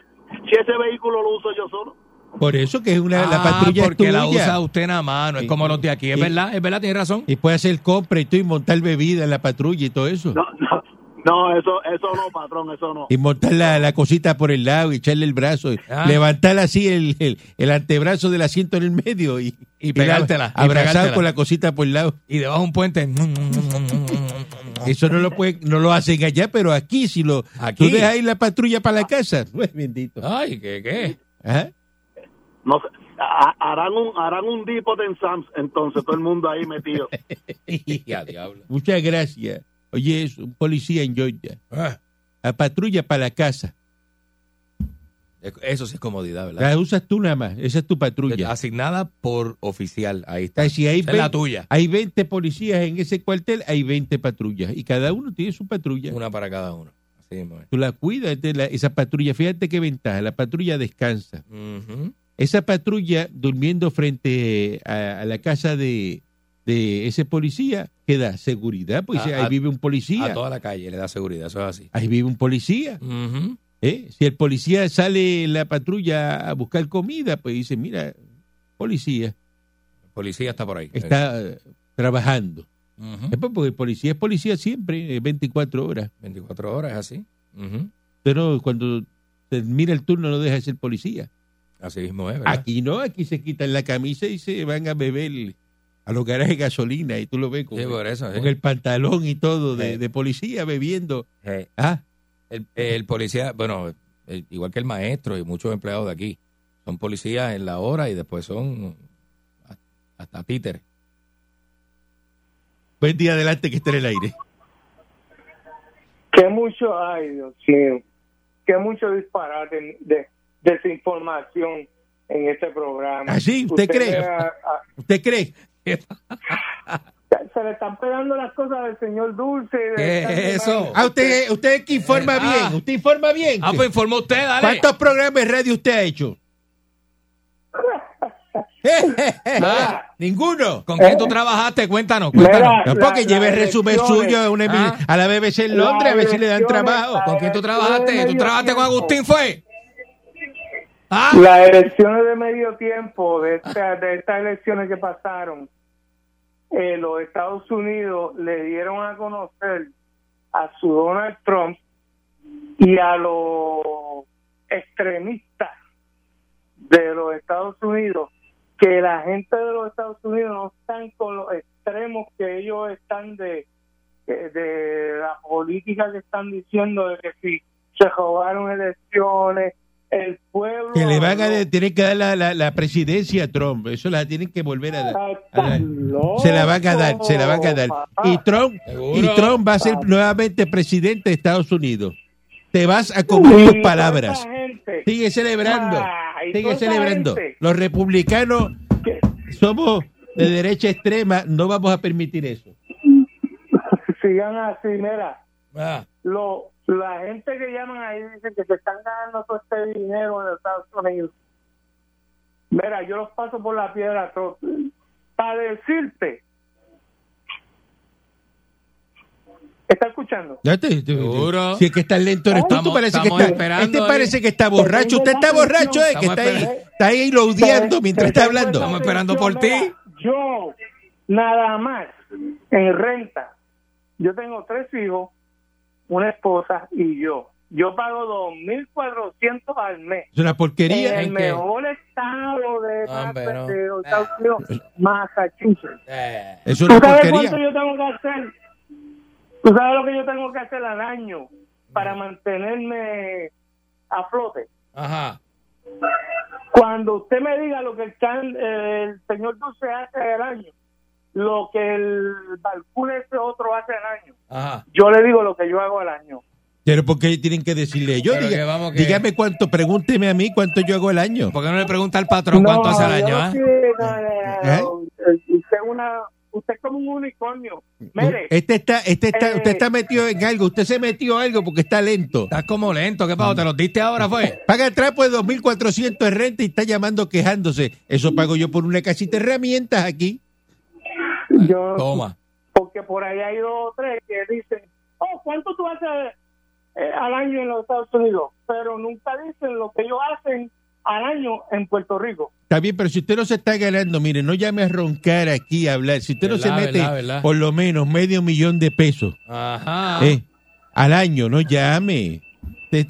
Speaker 6: si ese vehículo lo uso yo solo.
Speaker 3: Por eso que es una, la
Speaker 4: Ah,
Speaker 3: patrulla es
Speaker 4: porque la
Speaker 3: tuya.
Speaker 4: usa usted nada más, no es
Speaker 3: Sí.
Speaker 4: como los de aquí. Es
Speaker 3: Sí.
Speaker 4: verdad, es verdad, tiene razón.
Speaker 3: Y puede hacer compra y todo, y montar bebida en la patrulla y todo eso.
Speaker 6: No, no, no, eso, eso no, patrón, eso no.
Speaker 3: Y montar la, la cosita por el lado y echarle el brazo. y
Speaker 4: Ah.
Speaker 3: Levantar así el, el, el antebrazo del asiento en el medio y,
Speaker 4: Y pegártela, y
Speaker 3: abrazado
Speaker 4: pegártela.
Speaker 3: con la cosita por el lado.
Speaker 4: Y debajo de un puente.
Speaker 3: Eso no lo pueden, no lo hacen allá, pero aquí si lo
Speaker 4: Aquí.
Speaker 3: tú dejas ahí la patrulla para la casa, pues bendito.
Speaker 4: Ay, ¿qué, qué?
Speaker 3: Ajá.
Speaker 6: no sé. Ha- harán un harán un depot en Sams, entonces todo el mundo ahí metido.
Speaker 4: Ya, diablo.
Speaker 3: Muchas gracias. Oye, es un policía en Georgia.
Speaker 4: Ah,
Speaker 3: La patrulla para la casa.
Speaker 4: es- Eso sí es comodidad, ¿verdad?
Speaker 3: La usas tú nada más. Esa es tu patrulla.
Speaker 4: Asignada por oficial. Ahí está.
Speaker 3: Está, si hay
Speaker 4: Esa es la
Speaker 3: 20
Speaker 4: tuya.
Speaker 3: Hay 20 policías en ese cuartel, hay 20 patrullas y cada uno tiene su patrulla.
Speaker 4: Una para cada uno. Así mismo es.
Speaker 3: Tú la cuidas, este, la- esa patrulla, fíjate qué ventaja, la patrulla descansa.
Speaker 4: Ujú.
Speaker 3: Esa patrulla durmiendo frente a, a la casa de, de ese policía queda seguridad, pues
Speaker 4: A-
Speaker 3: dice,
Speaker 4: a-
Speaker 3: ahí vive un
Speaker 4: A
Speaker 3: policía,
Speaker 4: toda la calle le da seguridad, eso es así.
Speaker 3: ahí vive un policía.
Speaker 4: Ujú.
Speaker 3: ¿eh? Si el policía sale la patrulla a buscar comida, pues dice, mira, policía
Speaker 4: El policía está por ahí.
Speaker 3: está eh, trabajando.
Speaker 4: Ujú.
Speaker 3: Es porque el policía es policía siempre, eh, 24 horas.
Speaker 4: 24 horas, es así. Ujú.
Speaker 3: Pero cuando termina el turno no deja de ser policía.
Speaker 4: Así mismo es, ¿verdad?
Speaker 3: Aquí no, aquí se quitan la camisa y se van a beber a los garajes de gasolina y tú lo ves con,
Speaker 4: Sí, por eso. sí.
Speaker 3: con el pantalón y todo de,
Speaker 4: Sí.
Speaker 3: de policía bebiendo.
Speaker 4: Eh,
Speaker 3: Ah,
Speaker 4: El, el policía, bueno, el- igual que el maestro y muchos empleados de aquí, son policías en la hora y después son hasta títeres.
Speaker 3: buen día adelante que esté en el aire.
Speaker 7: Qué mucho, ay Dios mío, qué mucho disparate de desinformación en este programa.
Speaker 3: ¿Ah, sí? ¿Usted cree?
Speaker 7: ve a- a-
Speaker 3: ¿Usted cree?
Speaker 7: se le están pegando las cosas del señor Dulce. de-
Speaker 4: ¿Qué es eso?
Speaker 3: Ah, usted, usted es que informa
Speaker 4: Ah. pues
Speaker 3: bien, usted informa bien.
Speaker 4: Ah, pues informó usted, dale.
Speaker 3: ¿Cuántos programas de radio usted ha hecho? Eh,
Speaker 7: Ah.
Speaker 4: Ninguno. ¿Con quién tú trabajaste? Cuéntanos, cuéntanos.
Speaker 7: Eh.
Speaker 3: No,
Speaker 7: Mira, la-
Speaker 3: porque lleve
Speaker 7: las
Speaker 3: resumen
Speaker 7: elecciones.
Speaker 3: suyo a, una-
Speaker 4: Ah.
Speaker 3: a la BBC en Londres a ver si le dan
Speaker 7: elecciones,
Speaker 3: trabajo.
Speaker 7: las
Speaker 4: ¿Con quién tú trabajaste? ¿Tú
Speaker 7: elecciones de
Speaker 4: trabajaste con
Speaker 7: medio
Speaker 4: Agustín, fue? ¿Ah?
Speaker 7: tiempo. Las elecciones de medio tiempo, de, esta- de estas elecciones que pasaron, eh, los Estados Unidos le dieron a conocer a su Donald Trump y a los extremistas de los Estados Unidos que la gente de los Estados Unidos no están con los extremos que ellos están de, eh, de la política que están diciendo de que si se robaron elecciones, el pueblo...
Speaker 3: Que le van a
Speaker 7: habló.
Speaker 3: de- tienen que dar la, la- la presidencia a Trump. Eso la tienen que volver a dar.
Speaker 7: Ah,
Speaker 3: a dar.
Speaker 7: estás
Speaker 3: Se la van a dar,
Speaker 7: loco,
Speaker 3: se la van a dar.
Speaker 7: papá.
Speaker 3: Y Trump, y
Speaker 4: Seguro.
Speaker 3: Trump va a ser nuevamente presidente de Estados Unidos. Te vas a comer
Speaker 7: Y
Speaker 3: tus
Speaker 7: toda
Speaker 3: palabras.
Speaker 7: esa gente
Speaker 3: Sigue celebrando.
Speaker 7: Ah, y toda
Speaker 3: Sigue
Speaker 7: esa
Speaker 3: celebrando.
Speaker 7: gente.
Speaker 3: Los republicanos
Speaker 7: que-
Speaker 3: somos de derecha extrema, no vamos a permitir eso.
Speaker 7: sigan así, mira,
Speaker 4: Ah.
Speaker 7: lo, la gente que llaman ahí dicen que se están ganando todo este dinero en los Estados Unidos. Mira, yo los paso por la piedra para decirte. ¿Está escuchando?
Speaker 3: Ya te- te-
Speaker 4: Seguro.
Speaker 3: Si es que está lento eres tú,
Speaker 4: Estamos-
Speaker 3: tú parece que
Speaker 4: estamos
Speaker 3: está,
Speaker 4: esperando,
Speaker 3: este
Speaker 4: eh.
Speaker 3: parece que está borracho. Usted está borracho, eh, que
Speaker 4: Estamos
Speaker 3: está ahí,
Speaker 4: esperando.
Speaker 3: está ahí laudeando
Speaker 7: Te-
Speaker 3: mientras
Speaker 7: te
Speaker 3: está
Speaker 7: tengo
Speaker 3: hablando.
Speaker 7: esa
Speaker 4: Estamos esperando por
Speaker 7: atención,
Speaker 4: ti.
Speaker 7: mira, Yo, nada más, en renta, yo tengo tres hijos, una esposa y yo. Yo pago 2.400 al mes.
Speaker 3: Es una porquería.
Speaker 7: En el
Speaker 4: ¿En qué?
Speaker 7: mejor estado de
Speaker 4: Hombre,
Speaker 7: Massachusetts,
Speaker 4: no.
Speaker 7: de los Estados Unidos, Massachusetts.
Speaker 4: Eh.
Speaker 3: Es
Speaker 7: ¿Tú
Speaker 3: una
Speaker 7: sabes cuánto
Speaker 3: porquería.
Speaker 7: yo tengo que hacer? ¿Tú sabes lo que yo tengo que hacer al año para mantenerme a flote?
Speaker 4: Ajá.
Speaker 7: Cuando usted me diga lo que el, can- eh, el señor Dulce hace al año, lo que el balcón ese otro hace al año,
Speaker 4: Ajá.
Speaker 7: yo le digo lo que yo hago al año.
Speaker 3: Pero ¿por qué tienen que decirle yo?
Speaker 4: Pero
Speaker 3: diga-
Speaker 4: que vamos que-
Speaker 3: Dígame cuánto, pregúnteme a mí cuánto yo hago el año.
Speaker 4: ¿Por qué no le pregunta al patrón cuánto hace al año?
Speaker 7: yo no
Speaker 4: ah?
Speaker 7: sé, no, no, no. Usted es una- usted es como un unicornio. Mire,
Speaker 3: Este está, este está,
Speaker 7: Eh.
Speaker 3: usted está metido en algo, usted se metió en algo porque está lento.
Speaker 4: Estás como lento, ¿qué pasó? ¿Te los diste ahora, fue?
Speaker 3: Paga el trapo de 2.400 de renta y está llamando quejándose. Eso pago yo por una casita de herramientas aquí.
Speaker 7: yo
Speaker 4: Toma.
Speaker 7: porque por ahí hay dos o tres que dicen, oh, ¿cuánto tú haces eh, al año en los Estados Unidos? Pero nunca dicen lo que ellos hacen al año en Puerto Rico.
Speaker 3: Está bien, pero si usted no se está ganando, mire, no llame a roncar aquí a hablar. Si usted no
Speaker 4: Verdad,
Speaker 3: se mete
Speaker 4: verdad, verdad. Ah.
Speaker 3: por lo menos medio millón de pesos
Speaker 4: Ajá.
Speaker 3: eh, al año, no llame. Te-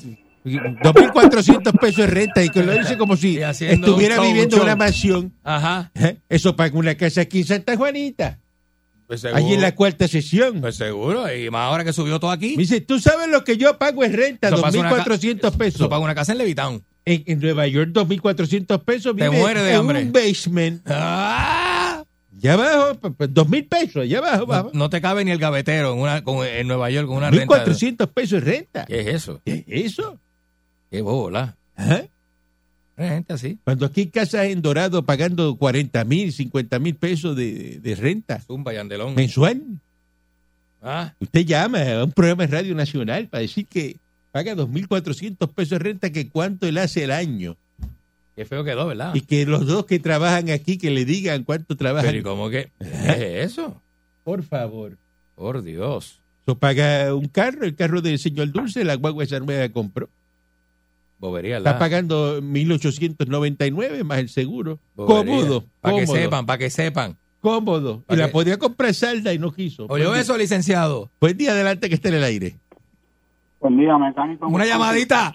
Speaker 3: 2.400 pesos de renta y que lo dice como si
Speaker 4: Y haciendo un
Speaker 3: estuviera
Speaker 4: show,
Speaker 3: viviendo
Speaker 4: un
Speaker 3: en una
Speaker 4: show.
Speaker 3: mansión.
Speaker 4: Ajá.
Speaker 3: Eh, Eso paga una casa aquí en Santa Juanita,
Speaker 4: Pues
Speaker 3: allí en la cuarta sesión.
Speaker 4: Pues seguro. Y más ahora que subió todo aquí.
Speaker 3: Me dice, tú sabes lo que yo pago es renta,
Speaker 4: Eso pasa una ca-
Speaker 3: 2.400 pesos.
Speaker 4: Eso paga una casa en Levitown.
Speaker 3: En, en Nueva York, 2.400 pesos.
Speaker 4: Te
Speaker 3: vive
Speaker 4: mueres de
Speaker 3: en
Speaker 4: hambre.
Speaker 3: un basement.
Speaker 4: ¡Ah!
Speaker 3: Ya abajo, pues, pa- pa- 2.000 pesos, allá abajo,
Speaker 4: No,
Speaker 3: abajo.
Speaker 4: no te cabe ni el gavetero en, una, con- en Nueva York con una renta. de-
Speaker 3: 1.400 pesos de renta.
Speaker 4: ¿Qué es eso?
Speaker 3: ¿Qué es eso?
Speaker 4: Qué bola.
Speaker 3: Ajá.
Speaker 4: Hay gente así.
Speaker 3: Cuando aquí hay casas en Dorado pagando 40 mil, 50 mil pesos de, de renta
Speaker 4: Zumba y Andelón.
Speaker 3: mensual.
Speaker 4: Ah,
Speaker 3: Usted llama a un programa de Radio Nacional para decir que paga 2.400 pesos de renta, que cuánto él hace el año.
Speaker 4: qué feo quedó, ¿verdad?
Speaker 3: Y que los dos que trabajan aquí, que le digan cuánto
Speaker 4: Pero ¿y
Speaker 3: trabajan.
Speaker 4: cómo que? ¿Qué es eso?
Speaker 3: Por favor.
Speaker 4: Por Dios.
Speaker 3: Eso paga un carro, el carro del señor Dulce, la guagua esa nueva que compró.
Speaker 4: Bobería,
Speaker 3: Está
Speaker 4: ¿verdad?
Speaker 3: pagando 1.899 más el seguro.
Speaker 4: Bobería.
Speaker 3: Cómodo,
Speaker 4: Para que
Speaker 3: cómodo,
Speaker 4: sepan, para que sepan.
Speaker 3: cómodo. Y
Speaker 4: Pa'
Speaker 3: la
Speaker 4: que-
Speaker 3: podía comprar salda y no quiso.
Speaker 4: ¿Oyó
Speaker 3: Buen día.
Speaker 4: eso, licenciado?
Speaker 3: Buen día, adelante que esté en el aire.
Speaker 6: Buen día, mecánico.
Speaker 4: Una llamadita.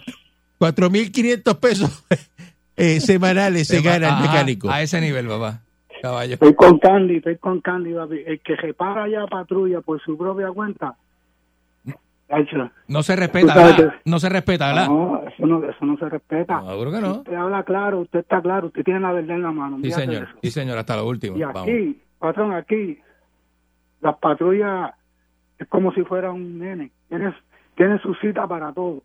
Speaker 3: 4.500 pesos eh, semanales se gana
Speaker 4: Ajá,
Speaker 3: el mecánico.
Speaker 4: Ah, A ese nivel, papá. Caballo.
Speaker 8: Estoy con Candy, estoy con Candy, papi. El que repara ya patrulla por su propia cuenta. Tacho,
Speaker 4: No se respeta,
Speaker 8: Tú sabes
Speaker 4: ¿verdad?
Speaker 8: que-
Speaker 4: No se respeta, ¿verdad?
Speaker 8: No, eso no, eso no se respeta.
Speaker 4: No, creo que no.
Speaker 8: Usted habla claro, usted está claro, usted tiene la verdad en la mano.
Speaker 4: Sí,
Speaker 8: olvídate
Speaker 4: señor.
Speaker 8: de eso.
Speaker 4: Sí, señor, hasta lo último.
Speaker 8: Y
Speaker 4: Vamos.
Speaker 8: aquí, patrón, aquí, las patrullas es como si fuera un nene. Tiene, tiene su cita para todo.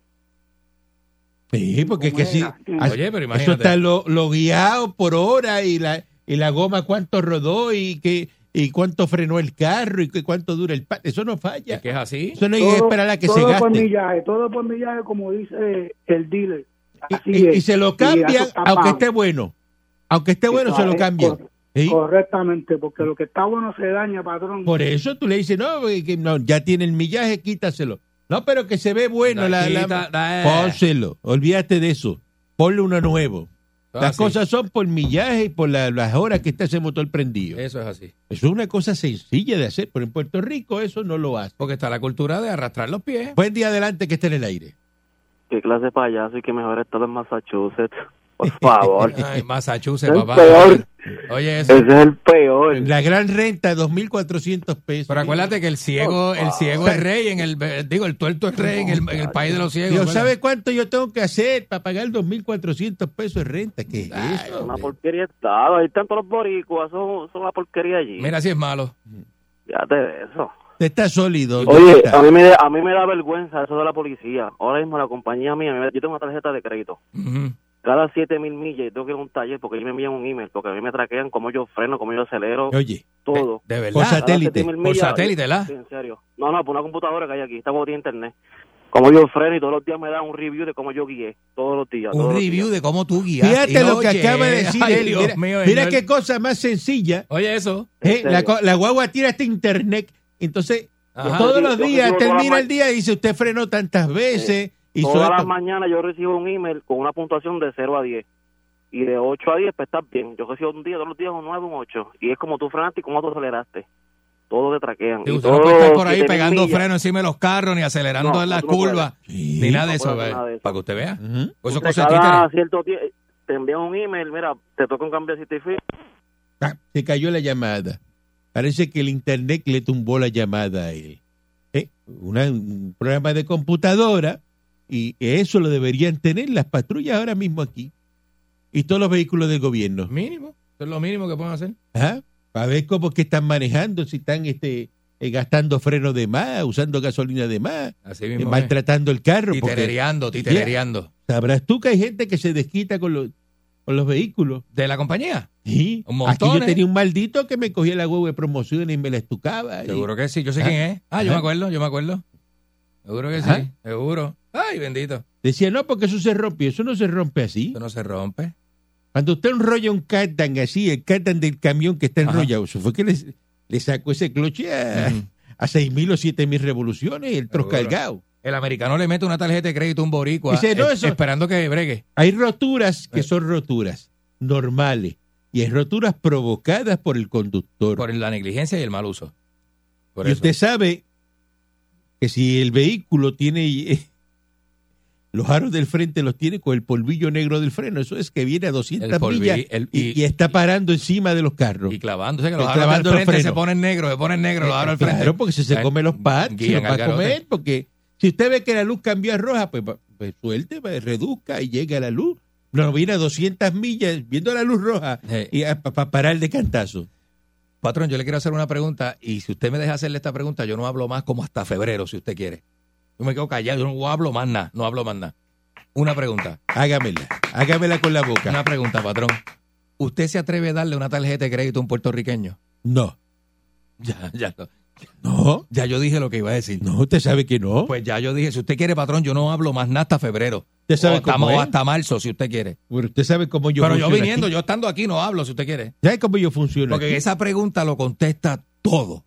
Speaker 3: Sí, porque es que así.
Speaker 8: Oye,
Speaker 3: así-
Speaker 4: pero
Speaker 3: Eso
Speaker 4: imagínate.
Speaker 3: está lo, lo guiado por hora y la, y la goma cuánto rodó y, que, y cuánto frenó el carro y que cuánto dura el pa- Eso no falla.
Speaker 4: Es que es así.
Speaker 3: Eso no hay que esperar a que se
Speaker 8: todo por
Speaker 3: gaste.
Speaker 8: millaje, todo por millaje, como dice el dealer.
Speaker 3: Y-
Speaker 8: Así
Speaker 3: y,
Speaker 8: es.
Speaker 3: y se lo
Speaker 8: Y eso
Speaker 3: cambian
Speaker 8: está
Speaker 3: aunque
Speaker 8: pago.
Speaker 3: esté bueno. Aunque esté bueno, se lo cambian.
Speaker 8: eh,
Speaker 3: ¿Sí?
Speaker 8: Correctamente, porque lo que está bueno se daña, patrón.
Speaker 3: Por eso tú le dices, no, eh, que no, ya tiene el millaje, quítaselo. No, pero que se ve bueno. La, la-
Speaker 4: Quita- da-
Speaker 3: Pónselo, olvídate de eso. Ponle uno nuevo.
Speaker 4: Ah,
Speaker 3: Las
Speaker 4: sí.
Speaker 3: cosas son por millaje y por la- las horas que está ese motor prendido.
Speaker 4: Eso es así.
Speaker 3: Eso es una cosa sencilla de hacer, pero en Puerto Rico eso no lo hace.
Speaker 4: Porque está la cultura de arrastrar los pies.
Speaker 3: Buen día adelante que esté en el aire.
Speaker 9: Qué clase de payaso y que mejor estado en Massachusetts. Por favor.
Speaker 4: Ay, Massachusetts,
Speaker 9: Es
Speaker 4: papá.
Speaker 9: peor.
Speaker 4: Oye, eso.
Speaker 9: Ese es el peor.
Speaker 3: La gran renta, 2.400 pesos.
Speaker 4: Pero acuérdate que el ciego, el ciego es rey en el, eh, digo, el tuerto es rey en el, en el país de los ciegos.
Speaker 3: Dios
Speaker 4: ¿verdad?
Speaker 3: sabe cuánto yo tengo que hacer para pagar 2.400 pesos de renta. ¿Qué es eso?
Speaker 9: Una porquería de estado. Ahí están todos los boricuas. Son, son una porquería allí.
Speaker 4: Mira si es malo.
Speaker 9: Ya te de eso.
Speaker 3: Usted está sólido.
Speaker 9: Oye, ah,
Speaker 3: doctora.
Speaker 9: a mí, me, da- a mí me da vergüenza eso de la policía. Ahora mismo la compañía mía, me- yo tengo una tarjeta de crédito.
Speaker 4: Ujú.
Speaker 9: Cada siete mil millas yo tengo que ir a un taller porque ellos me envían un email, porque a mí me traquean cómo yo freno, cómo yo acelero,
Speaker 3: Oye,
Speaker 9: todo.
Speaker 4: De verdad.
Speaker 3: por
Speaker 9: Cada
Speaker 3: satélite.
Speaker 9: 7.000
Speaker 4: Por
Speaker 9: millas-
Speaker 4: satélite, ¿la?
Speaker 9: Sí, en serio. No, no, por una computadora que hay aquí, está como tiene internet. Como yo freno y todos los días me dan un review de cómo yo guié, todos los días. todos
Speaker 4: Un
Speaker 9: los
Speaker 4: review
Speaker 9: días.
Speaker 4: de cómo tú guías.
Speaker 3: Fíjate
Speaker 4: Y no
Speaker 3: lo que acaba de
Speaker 4: llegas.
Speaker 3: decir
Speaker 4: Ay,
Speaker 3: él.
Speaker 4: Dios
Speaker 3: mira
Speaker 4: mío,
Speaker 3: mira
Speaker 4: señor.
Speaker 3: qué cosa más sencilla.
Speaker 4: Oye, eso.
Speaker 3: ¿eh?
Speaker 9: En
Speaker 3: La,
Speaker 9: serio.
Speaker 3: co- la guagua tira este internet. Entonces,
Speaker 4: Ajá.
Speaker 3: todos
Speaker 9: Yo
Speaker 3: los
Speaker 9: recibo
Speaker 3: días,
Speaker 9: todas
Speaker 3: termina
Speaker 9: las
Speaker 3: el día y dice, usted frenó tantas veces. y
Speaker 9: Todas
Speaker 3: suelta-
Speaker 9: las mañanas yo recibo un email con una puntuación de 0 a 10. Y de 8 a 10, pues estás bien. Yo recibo un día, todos los días un 9, un 8. Y es como tú frenaste y cómo tú aceleraste. Todo te traquean.
Speaker 4: Sí,
Speaker 9: Y
Speaker 4: usted no
Speaker 9: todos
Speaker 4: puede estar por ahí
Speaker 9: 7.000
Speaker 4: pegando
Speaker 9: millas.
Speaker 4: freno encima de los carros, ni acelerando
Speaker 9: No,
Speaker 4: en las
Speaker 9: tú no puedes.
Speaker 4: curvas,
Speaker 3: Sí.
Speaker 4: ni nada de
Speaker 9: No
Speaker 4: eso.
Speaker 9: puedes hacer
Speaker 4: eh,
Speaker 9: nada de eso.
Speaker 4: Para que usted vea.
Speaker 3: Ujú.
Speaker 4: Eso es
Speaker 9: Te
Speaker 4: cosa de
Speaker 9: cada
Speaker 4: títeres.
Speaker 9: cierto tiempo te envían un email, mira, te toca un cambio de certificado.
Speaker 3: Ah, se cayó la llamada. Parece que el internet le tumbó la llamada a él. ¿Eh? Una- un programa de computadora y eso lo deberían tener las patrullas ahora mismo aquí y todos los vehículos del gobierno.
Speaker 4: Mínimo. Eso es lo mínimo que pueden hacer.
Speaker 3: ¿Ah? Para ver cómo es que están manejando, si están este, eh, gastando freno de más, usando gasolina de más,
Speaker 4: Así
Speaker 3: eh,
Speaker 4: mismo. es.
Speaker 3: maltratando el carro. Porque
Speaker 4: Titereando, titereando.
Speaker 3: sabrás tú que hay gente que se desquita con los, con los vehículos.
Speaker 4: De la compañía.
Speaker 3: Sí.
Speaker 4: Un
Speaker 3: Aquí
Speaker 4: montón,
Speaker 3: yo
Speaker 4: ¿eh?
Speaker 3: tenía un maldito que me cogía la huevo de promociones y me la estucaba. y-
Speaker 4: Seguro que sí, yo sé
Speaker 3: Ajá.
Speaker 4: quién es. Ah, yo
Speaker 3: Ajá.
Speaker 4: me acuerdo, yo me acuerdo. Seguro que
Speaker 3: Ajá.
Speaker 4: sí, seguro. Ay, bendito.
Speaker 3: Decía, no, porque eso se rompe. Eso no se rompe así.
Speaker 4: Esto no se rompe.
Speaker 3: Cuando usted enrolla un cardan así, el cardan del camión que está
Speaker 4: Ajá.
Speaker 3: enrollado, eso fue que les- le, sacó ese cloche a,
Speaker 4: Ujú.
Speaker 3: a 6.000 o 7.000 revoluciones, el tros
Speaker 4: Seguro.
Speaker 3: cargado.
Speaker 4: El americano le mete una tarjeta de crédito a un boricua
Speaker 3: Dice, no,
Speaker 4: es-
Speaker 3: eso-
Speaker 4: esperando que bregue.
Speaker 3: Hay roturas que
Speaker 4: Eh.
Speaker 3: son roturas normales y hay roturas provocadas por el conductor.
Speaker 4: Por la negligencia y el mal uso. Por
Speaker 3: y
Speaker 4: eso.
Speaker 3: usted sabe que si el vehículo tiene eh, los aros del frente, los tiene con el polvillo negro del freno. Eso es que viene a 200
Speaker 4: polvi-
Speaker 3: millas
Speaker 4: el-
Speaker 3: y,
Speaker 4: y-
Speaker 3: y está parando encima de los carros.
Speaker 4: Y clavándose, que
Speaker 3: Y
Speaker 4: los aros al
Speaker 3: clavando los
Speaker 4: frente se
Speaker 3: frenos.
Speaker 4: ponen negros, se ponen negros los aros al frente.
Speaker 3: Claro, porque si se
Speaker 4: Eh,
Speaker 3: come los pads, se los
Speaker 4: guían
Speaker 3: va
Speaker 4: al
Speaker 3: a
Speaker 4: garote.
Speaker 3: comer, porque si usted ve que la luz cambió a roja, pues, va- pues suelte, va, reduzca y llega la luz. No viene a 200 millas viendo la luz roja
Speaker 4: Eh.
Speaker 3: y para parar de cantazo.
Speaker 4: Patrón, yo le quiero hacer una pregunta y si usted me deja hacerle esta pregunta, yo no hablo más como hasta febrero, si usted quiere. Yo me quedo callado, yo no hablo más nada, no hablo más nada. Una pregunta.
Speaker 3: Hágamela, hágamela con la boca.
Speaker 4: Una pregunta, patrón. ¿Usted se atreve a darle una tarjeta de crédito a un puertorriqueño?
Speaker 3: No,
Speaker 4: Ya, ya, no.
Speaker 3: no,
Speaker 4: ya yo dije lo que iba a decir.
Speaker 3: no, usted sabe que no.
Speaker 4: Pues ya yo dije, si usted quiere, patrón, yo no hablo más nada hasta febrero.
Speaker 3: Usted sabe
Speaker 4: o hasta,
Speaker 3: cómo
Speaker 4: o
Speaker 3: es.
Speaker 4: hasta marzo, si usted quiere.
Speaker 3: Pero usted sabe cómo yo
Speaker 4: oh, Pero yo
Speaker 3: funciono
Speaker 4: viniendo,
Speaker 3: aquí.
Speaker 4: yo estando aquí, no hablo, si usted quiere.
Speaker 3: ¿Sabe cómo yo funciono?
Speaker 4: Porque
Speaker 3: aquí?
Speaker 4: esa pregunta lo contesta todo.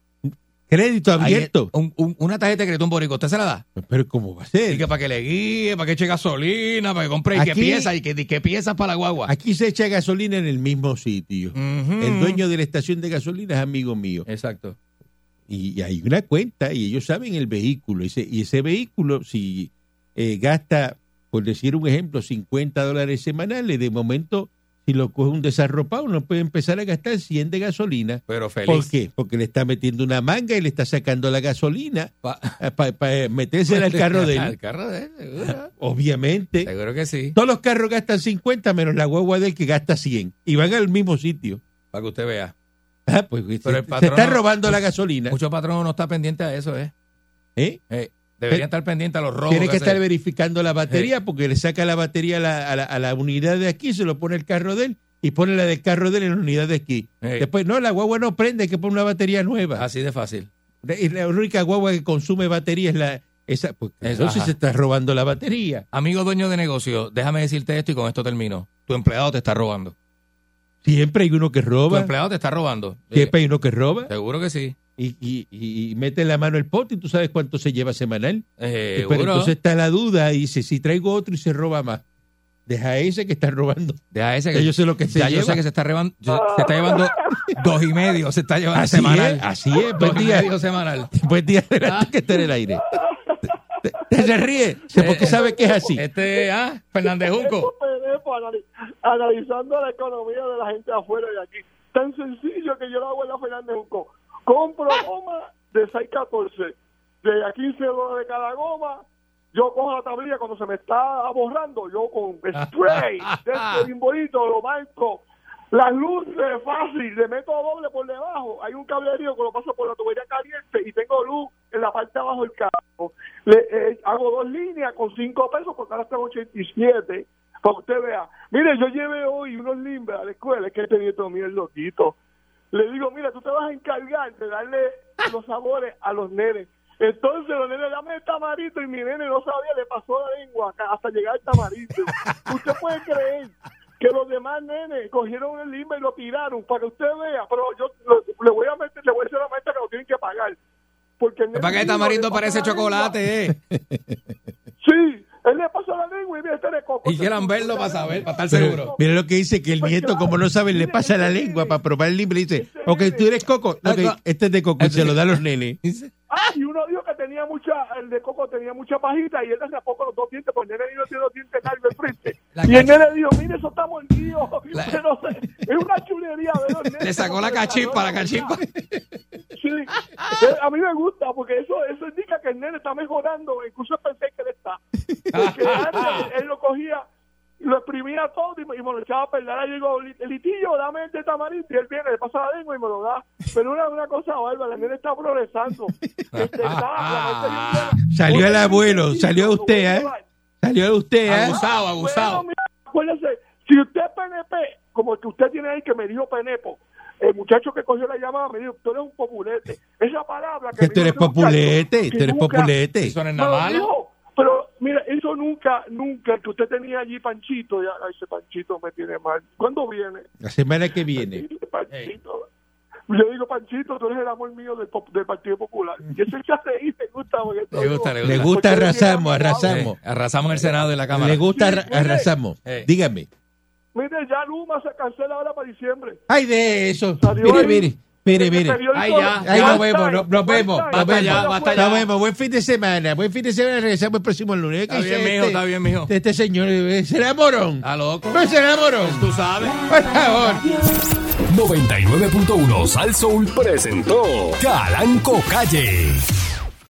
Speaker 3: Crédito
Speaker 4: Ahí es-
Speaker 3: abierto.
Speaker 4: un- un- una tarjeta de crédito, un borico, ¿usted se la da?
Speaker 3: Pero ¿cómo va a
Speaker 4: Y
Speaker 3: ser?
Speaker 4: que para que le guíe, para que eche gasolina, para que compre y que
Speaker 3: Aquí-
Speaker 4: piezas, y que, y que piezas para la guagua.
Speaker 3: Aquí se echa gasolina en el mismo sitio.
Speaker 4: Ujú.
Speaker 3: El dueño de la estación de gasolina es amigo mío.
Speaker 4: Exacto.
Speaker 3: y hay una cuenta y ellos saben el vehículo. Y ese, y ese vehículo, si eh, gasta, por decir un ejemplo, 50 dólares semanales, de momento, si lo coge un desarropado, no puede empezar a gastar 100 de gasolina.
Speaker 4: Pero feliz.
Speaker 3: ¿Por qué? Porque le está metiendo una manga y le está sacando la gasolina eh,
Speaker 4: Pa-
Speaker 3: para meterse al carro de
Speaker 4: Al
Speaker 3: él.
Speaker 4: carro de él, seguro.
Speaker 3: Obviamente.
Speaker 4: Seguro que sí.
Speaker 3: Todos los carros gastan 50 menos la guagua del que gasta 100 y van al mismo sitio.
Speaker 4: Para que usted vea.
Speaker 3: Ah, pues, se,
Speaker 4: Pero el
Speaker 3: se
Speaker 4: patrón
Speaker 3: está
Speaker 4: no-
Speaker 3: robando la gasolina.
Speaker 4: Muchos patronos no están pendientes a eso, ¿eh?
Speaker 3: ¿eh?
Speaker 4: Eh, deberían estar pendientes a los robos.
Speaker 3: Tiene que estar
Speaker 4: hacen.
Speaker 3: verificando la batería porque le saca la batería a la, a la- a la unidad de aquí, se lo pone el carro de él y pone la del carro de él en la unidad de aquí.
Speaker 4: Hey.
Speaker 3: Después, no, la guagua no prende, hay que pone una batería nueva.
Speaker 4: Así de fácil.
Speaker 3: Y la única guagua que consume batería es la... Esa, pues,
Speaker 4: Eso,
Speaker 3: entonces
Speaker 4: ajá.
Speaker 3: se está robando la batería.
Speaker 4: Amigo dueño de negocio, déjame decirte esto y con esto termino. Tu empleado te está robando.
Speaker 3: Siempre hay uno que
Speaker 4: Tu
Speaker 3: roba.
Speaker 4: empleado te está robando.
Speaker 3: Siempre hay uno que roba.
Speaker 4: Seguro que sí.
Speaker 3: Y, y- y- y mete la mano el pote y tú sabes cuánto se lleva semanal.
Speaker 4: Eh,
Speaker 3: Pero
Speaker 4: seguro.
Speaker 3: entonces está la duda y dice, si traigo otro y se roba más. Deja ese que están robando.
Speaker 4: Deja ese que
Speaker 3: Ya Eh, yo sé lo que se
Speaker 4: ya yo
Speaker 3: lleva.
Speaker 4: sé que se está, reban- se está llevando dos y medio, se está llevando
Speaker 3: Así
Speaker 4: semanal.
Speaker 3: es, así es.
Speaker 4: Dos
Speaker 3: Buen
Speaker 4: y
Speaker 3: día.
Speaker 4: medio semanal.
Speaker 3: Buen día,
Speaker 4: Ah.
Speaker 3: adelante, que está en el aire. Te- te- Se ríe, se- porque
Speaker 4: Eh,
Speaker 3: sabe que es así.
Speaker 4: Este, ah, Fernández Junco.
Speaker 6: analizando la economía de la gente afuera de aquí. Tan sencillo que yo lo hago en la Fernández Junco. Compro goma de 6.14, de a 15 dólares cada goma. Yo cojo la tablilla cuando se me está borrando, yo con spray de este bimbolito lo marco. Las luces fácil, le meto doble por debajo. Hay un cablerío que lo paso por la tubería caliente y tengo luz en la parte de abajo del carro. Le, eh, hago dos líneas con cinco pesos porque ahora tengo 87. Para que usted vea. Mire, yo llevé hoy unos limbres a la escuela, es que este nieto mío es loquito. Le digo, mira, tú te vas a encargar de darle los sabores a los nenes. Entonces los nenes, dame el tamarito y mi nene no sabía, le pasó la lengua acá hasta llegar el tamarito. Usted puede creer que los demás nenes cogieron el limbo y lo tiraron para que usted vea, pero yo lo- le voy a meter, le voy a decir a la maestra que lo tienen que pagar. Porque el nene
Speaker 4: Para que
Speaker 6: mío le
Speaker 4: tamarindo
Speaker 6: pasó
Speaker 4: parece
Speaker 6: la lengua.
Speaker 4: chocolate, eh.
Speaker 6: Sí, él le pasó la lengua y mira, este de coco.
Speaker 4: Y quieran verlo para saber, para estar
Speaker 3: Pero
Speaker 4: seguro.
Speaker 3: mira lo que dice que el
Speaker 6: Pues
Speaker 3: nieto,
Speaker 6: claro,
Speaker 3: como no sabe, le
Speaker 6: mire,
Speaker 3: pasa la
Speaker 6: mire.
Speaker 3: lengua para probar el libro y dice,
Speaker 6: Mire,
Speaker 3: ok,
Speaker 6: mire.
Speaker 3: tú eres coco.
Speaker 4: Ah,
Speaker 3: Ok,
Speaker 4: no.
Speaker 3: este es de coco y se lo da a los nenes.
Speaker 6: Ah, y uno dijo que tenía mucha, el de Coco tenía mucha pajita y él hace poco los dos dientes, pues porque el nene dijo que tiene los dientes largos de frente.
Speaker 4: La
Speaker 6: y el
Speaker 4: cachi-
Speaker 6: nene dijo, mire, eso está mordido.
Speaker 4: La-
Speaker 6: Pero se- es una chulería. ver los nenes
Speaker 4: Le sacó
Speaker 6: como
Speaker 4: la
Speaker 6: se les
Speaker 4: cachimpa,
Speaker 6: paró
Speaker 4: la cachimpa.
Speaker 6: Sí, Eh, a mí me gusta porque eso, eso indica que el nene está mejorando. Incluso pensé que él está. Porque antes él lo cogía, lo exprimía todo y me, y me lo echaba a perder. Ahora yo digo, "Li- Litillo, dame este tamarindo. Y él viene, le pasa la lengua y me lo da. Pero una, una cosa bárbara, el nene está progresando.
Speaker 3: Ah,
Speaker 6: Este, está- la maestra yo decía,
Speaker 3: Salió el
Speaker 6: "Oye,
Speaker 3: abuelo,
Speaker 6: Litillo,
Speaker 3: salió
Speaker 6: lo voy a
Speaker 3: usted, ¿eh?
Speaker 6: llevar".
Speaker 3: Salió usted, ¿eh?
Speaker 4: Abusado, abusado.
Speaker 6: Bueno, mira, acuérdese, si usted es PNP, como el que usted tiene ahí que me dijo Penepo, el muchacho que cogió la llamada me dijo, tú eres un populete. Esa palabra
Speaker 3: Que
Speaker 6: me
Speaker 3: tú
Speaker 6: dijo
Speaker 3: eres
Speaker 6: ese muchacho,
Speaker 3: populete,
Speaker 6: que
Speaker 3: tú eres
Speaker 6: nunca-
Speaker 3: populete.
Speaker 4: Eso no es
Speaker 6: me lo
Speaker 4: nada malo.
Speaker 6: dijo, pero mira, eso nunca, nunca, el que usted tenía allí Panchito, ya, ay, ese Panchito me tiene mal. ¿Cuándo viene?
Speaker 3: La semana que viene.
Speaker 6: Ese Panchito. Yo digo, Panchito, tú eres el amor mío del, pop- del Partido Popular. Y ese ya se dice, me gusta. porque-
Speaker 4: Le gusta, le
Speaker 3: Le gusta
Speaker 6: Porque él tiene
Speaker 3: arrasamos,
Speaker 6: la-
Speaker 3: arrasamos.
Speaker 4: Eh, arrasamos el Senado y la Cámara.
Speaker 3: Le gusta
Speaker 6: Sí,
Speaker 3: arra-
Speaker 6: mire.
Speaker 3: arrasamos.
Speaker 4: Eh.
Speaker 3: Dígame.
Speaker 6: Mire, ya Luma se cancela ahora para diciembre.
Speaker 3: Ay, de eso.
Speaker 6: Salió
Speaker 3: Mire,
Speaker 6: ahí.
Speaker 3: mire, mire, mire.
Speaker 4: Ay, ya,
Speaker 3: Ahí
Speaker 4: ya.
Speaker 3: nos vemos, no- nos vemos. Nos
Speaker 4: Basta ya,
Speaker 3: vemos.
Speaker 4: basta
Speaker 3: Nos
Speaker 4: ya.
Speaker 3: vemos. Buen fin de semana. Buen fin de semana. Regresamos el próximo lunes.
Speaker 4: Está
Speaker 3: ¿Qué
Speaker 4: bien,
Speaker 3: dice
Speaker 4: mijo,
Speaker 3: este-
Speaker 4: está bien, mijo.
Speaker 3: Este señor eh, será morón.
Speaker 4: Está loco.
Speaker 3: No será morón.
Speaker 4: Tú sabes.
Speaker 3: Por favor.
Speaker 1: 99.1 Sal Soul presentó Calanco Calle.